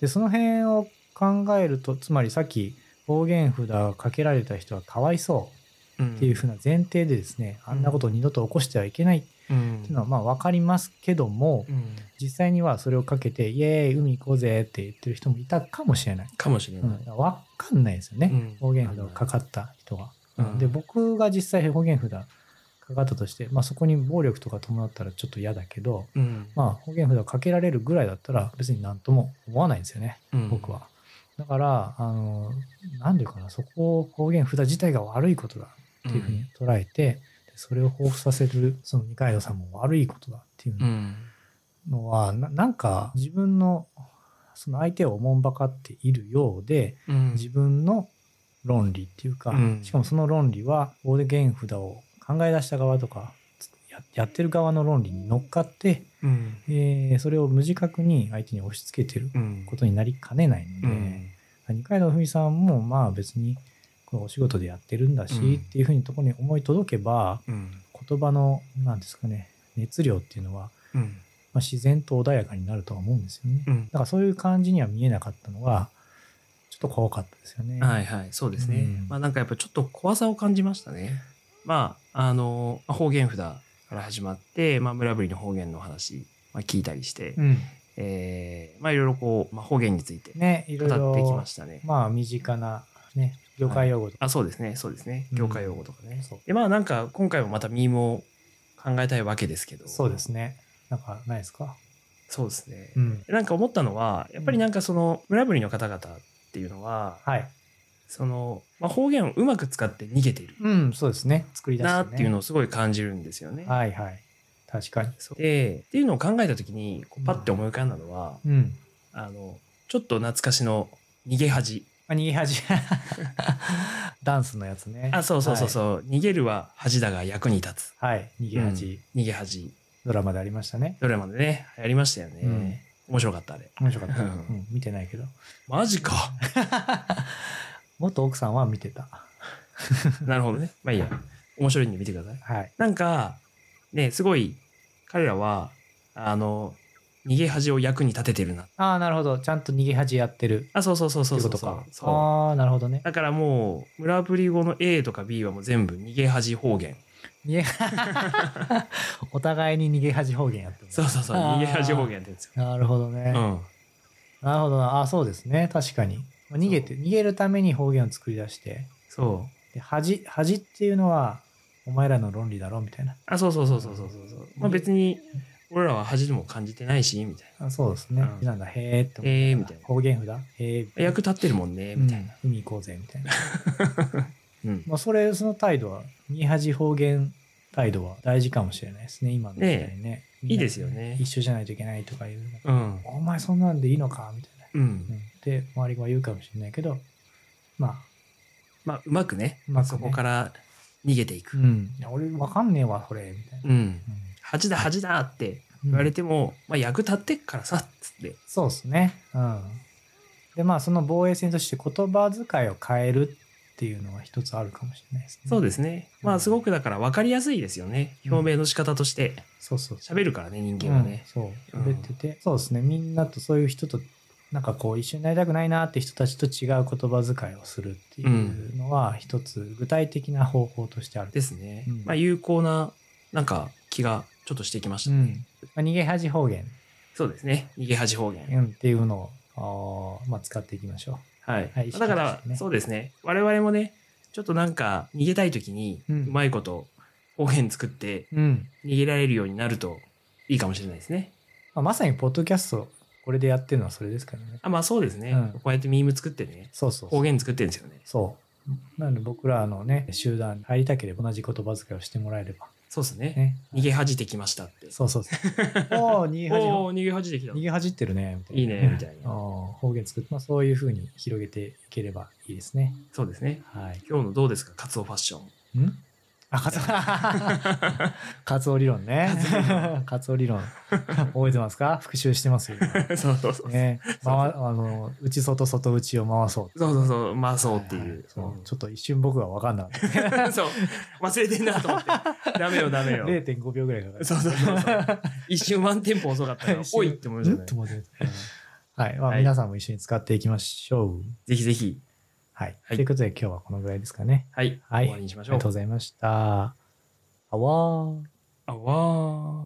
[SPEAKER 1] で、その辺を考えると、つまりさっき、方言札をかけられた人はかわいそう。
[SPEAKER 2] うん
[SPEAKER 1] っていうふうな前提でですね、あんなことを二度と起こしてはいけないって
[SPEAKER 2] うん
[SPEAKER 1] いうのはまあ分かりますけども、
[SPEAKER 2] うん
[SPEAKER 1] 実際にはそれをかけて「イエーイ海行こうぜ」って言ってる人もいたかもしれない、
[SPEAKER 2] かもしれ
[SPEAKER 1] うん、
[SPEAKER 2] な
[SPEAKER 1] だ
[SPEAKER 2] い。
[SPEAKER 1] から分かんないですよね、
[SPEAKER 2] うん
[SPEAKER 1] 方言札をかかった人は、
[SPEAKER 2] うん
[SPEAKER 1] で僕が実際方言札かかったとして、まあ、そこに暴力とか伴ったらちょっと嫌だけど、
[SPEAKER 2] うん
[SPEAKER 1] まあ、方言札をかけられるぐらいだったら別に何とも思わないんですよね
[SPEAKER 2] うん
[SPEAKER 1] 僕は。だからあの何て言うかなそこを方言札自体が悪いことだっていうふうに捉えて、でそれを彷彿させるその二階堂さんも悪いことだっていう
[SPEAKER 2] うん
[SPEAKER 1] のは、ななんか自分のその相手をおもんばかっているようで
[SPEAKER 2] うん
[SPEAKER 1] 自分の論理っていうか、
[SPEAKER 2] うん
[SPEAKER 1] しかもその論理は大手言札を考え出した側とかつややってる側の論理に乗っかって、
[SPEAKER 2] うん
[SPEAKER 1] えーそれを無自覚に相手に押し付けてる
[SPEAKER 2] うん
[SPEAKER 1] ことになりかねないので。
[SPEAKER 2] うん
[SPEAKER 1] 二階堂ふみさんもまあ別にこのお仕事でやってるんだし
[SPEAKER 2] うん
[SPEAKER 1] っていうふうにところに思い届けば
[SPEAKER 2] うん
[SPEAKER 1] 言葉の何ですかね熱量っていうのは
[SPEAKER 2] うん
[SPEAKER 1] まあ自然と穏やかになるとは思うんですよね。
[SPEAKER 2] うん
[SPEAKER 1] だからそういう感じには見えなかったのはちちょっと怖かったですよね。
[SPEAKER 2] はいはい、そうですね。
[SPEAKER 1] うん
[SPEAKER 2] まあなんかやっぱちょっと怖さを感じましたね。まあ、あの、まあ方言札から始まって、まあ村ぶりの方言の話、まあ、聞いたりして、
[SPEAKER 1] うん
[SPEAKER 2] えーまあいろいろこう、まあ、方言について
[SPEAKER 1] ね、いろい
[SPEAKER 2] 語ってき
[SPEAKER 1] ろ
[SPEAKER 2] ま、したね。
[SPEAKER 1] まあ、身近な、ね、業界用語とか、
[SPEAKER 2] あ、そうですね、そうですね。
[SPEAKER 1] うん
[SPEAKER 2] 業界用語とかね。
[SPEAKER 1] そう
[SPEAKER 2] で、まあなんか今回もまたミームを考えたいわけですけど。
[SPEAKER 1] そうですね。なんか、ないですか
[SPEAKER 2] そうですね。
[SPEAKER 1] うん。
[SPEAKER 2] なんか思ったのは、やっぱりなんかその村ぶりの方々っていうのは、
[SPEAKER 1] はい。
[SPEAKER 2] その、まあ、方言をうまく使って逃げている
[SPEAKER 1] うん、そうですね。作り出して、ね。
[SPEAKER 2] なっていうのをすごい感じるんですよね。
[SPEAKER 1] はいはい。確かに。
[SPEAKER 2] そうでっていうのを考えた時にこうパッて思い浮かんだのは、
[SPEAKER 1] うん。
[SPEAKER 2] あのちょっと懐かしの逃げ恥
[SPEAKER 1] あ逃げ 恥。ダンスのやつね。
[SPEAKER 2] あそうそうそうそう、逃げるは恥だが役に立つ
[SPEAKER 1] はい。はい。逃げ恥、
[SPEAKER 2] 逃げ恥
[SPEAKER 1] ドラマでありましたね。
[SPEAKER 2] ドラマでねやりましたよね、面白かったあれ
[SPEAKER 1] 面白かった。う
[SPEAKER 2] うん
[SPEAKER 1] ん、見てないけど。
[SPEAKER 2] マ ジか
[SPEAKER 1] 元奥さんは見てた。
[SPEAKER 2] なるほどねまあいいや面白いんで見てください
[SPEAKER 1] はい。
[SPEAKER 2] なんかねすごい彼らはあの逃げ恥を役に立ててるな
[SPEAKER 1] ああ、なるほど。ちゃんと逃げ恥やってる。
[SPEAKER 2] あそうそうそうそうそう
[SPEAKER 1] って
[SPEAKER 2] そ
[SPEAKER 1] こと
[SPEAKER 2] う
[SPEAKER 1] か。
[SPEAKER 2] そう
[SPEAKER 1] ああ、なるほどね。
[SPEAKER 2] だからもう、村ぶり語の A とか B はもう全部逃げ恥方言。
[SPEAKER 1] 逃げ お互いに逃げ恥方言やってる。
[SPEAKER 2] そうそうそう、
[SPEAKER 1] あー
[SPEAKER 2] 逃げ恥方言って言うんですよ。
[SPEAKER 1] なるほどね。
[SPEAKER 2] うん。
[SPEAKER 1] なるほどな。あーそうですね。確かに。まあ逃げて、逃げるために方言を作り出して、
[SPEAKER 2] そう。
[SPEAKER 1] で恥、恥っていうのは、お前らの論理だろみたいな。
[SPEAKER 2] あ、そうそうそうそうそうそうそう。まあ別に、俺らは恥でも感じてないし、みたい
[SPEAKER 1] あそうですね。
[SPEAKER 2] うん
[SPEAKER 1] なんだ、へえって思う
[SPEAKER 2] へーみたいな
[SPEAKER 1] 方言札へえみたいな。
[SPEAKER 2] な。役立ってるもんね、みたいな。
[SPEAKER 1] うん海行こうぜ、みたいな。
[SPEAKER 2] うん。
[SPEAKER 1] まあ、それ、その態度は、逃げ恥方言態度は大事かもしれないですね、今の時代ね。みんない
[SPEAKER 2] いですよね
[SPEAKER 1] 一緒じゃないといけないとかいう。
[SPEAKER 2] うん。
[SPEAKER 1] お前そんなんでいいのかみたいな。
[SPEAKER 2] う。
[SPEAKER 1] うんん、で、周りが言うかもしれないけど、まあ、
[SPEAKER 2] まあ、うまくね、
[SPEAKER 1] うまくね
[SPEAKER 2] そこから逃げていく。
[SPEAKER 1] うん、いや俺わかんねえわ、それ、みたいな。
[SPEAKER 2] うん。
[SPEAKER 1] うん
[SPEAKER 2] 恥だ、恥だって
[SPEAKER 1] うん
[SPEAKER 2] 言われても、まあ役立ってっからさ、つって。
[SPEAKER 1] そうですね。うん。で、まあ、その防衛戦として言葉遣いを変えるっていうのは一つあるかもしれないですね。。
[SPEAKER 2] そうですすね。まあすごくだから分かりやすいですよね。表明の仕方として。
[SPEAKER 1] そうそうそう。
[SPEAKER 2] 喋るからね、人間はね。
[SPEAKER 1] うん、そう
[SPEAKER 2] うん
[SPEAKER 1] 喋ってて、そうですねみんなとそういう人となんかこう一緒になりたくないなって人たちと違う言葉遣いをするっていうのは一つ具体的な方法としてある、
[SPEAKER 2] ですね。
[SPEAKER 1] うん
[SPEAKER 2] まあ有効な、なんか気がちょっとしてきまし
[SPEAKER 1] う
[SPEAKER 2] た。
[SPEAKER 1] んまあ、逃げ恥方言、
[SPEAKER 2] そうですね。逃げ恥方言。
[SPEAKER 1] うん、っていうのをあー、まあ、使っていきましょ
[SPEAKER 2] はい。
[SPEAKER 1] はい
[SPEAKER 2] だから、
[SPEAKER 1] ね
[SPEAKER 2] そうですね。我々もね、ちょっとなんか逃げたい時に、
[SPEAKER 1] う
[SPEAKER 2] うんまいこと方言作って
[SPEAKER 1] う、うん
[SPEAKER 2] 逃げられるようになるといいかもしれないですね。
[SPEAKER 1] まあ、まさにポッドキャストこれでやってるのはそれですからね
[SPEAKER 2] あ、まあそうですね。
[SPEAKER 1] うん
[SPEAKER 2] こうやってミーム作ってね、
[SPEAKER 1] そうそうそう
[SPEAKER 2] 方言作ってるんですよね。
[SPEAKER 1] そうなので僕らのね集団に入りたければ同じ言葉遣いをしてもらえれば
[SPEAKER 2] そうですね。
[SPEAKER 1] ね
[SPEAKER 2] 逃げ恥じてきましたって。
[SPEAKER 1] そうそうそう おお逃げ恥方言
[SPEAKER 2] おー逃げ恥じてきた
[SPEAKER 1] 逃。げ恥じってるねみたいな。
[SPEAKER 2] いいねみたいな
[SPEAKER 1] うん方言作って、まあ、そういうふうに広げていければいいですね。
[SPEAKER 2] そうですね。
[SPEAKER 1] はい。
[SPEAKER 2] 今日のどうですか、カツオファッ ション。
[SPEAKER 1] んあ、 カツオ、カツオ理論 ね。カツオ理論。覚えてますか復習してます よ。
[SPEAKER 2] そうそうそう。
[SPEAKER 1] ね。まわ、あの、内外外内を回そう。
[SPEAKER 2] そうそうそう、まあそうってい
[SPEAKER 1] はは
[SPEAKER 2] う。
[SPEAKER 1] そうちょっと一瞬僕は分かんなかった。
[SPEAKER 2] そう。忘れてんなと思って。 ダメよ、ダメよ。
[SPEAKER 1] 0.5秒ぐらいかかる。
[SPEAKER 2] そうそうそうそう。一瞬ワンテンポ遅か ったから、おいって思うじゃ
[SPEAKER 1] う
[SPEAKER 2] なんい
[SPEAKER 1] と。思ってはい。まあ、
[SPEAKER 2] はい
[SPEAKER 1] 皆さんも一緒に使っていきましょう。
[SPEAKER 2] ぜひぜひ。
[SPEAKER 1] はい。
[SPEAKER 2] はい
[SPEAKER 1] ということで今日はこのぐらいですかね。
[SPEAKER 2] はい。
[SPEAKER 1] はい
[SPEAKER 2] 終わりにしま
[SPEAKER 1] あ
[SPEAKER 2] し
[SPEAKER 1] り
[SPEAKER 2] ょ
[SPEAKER 1] が
[SPEAKER 2] う
[SPEAKER 1] とう。ございました。あわー。
[SPEAKER 2] あわー。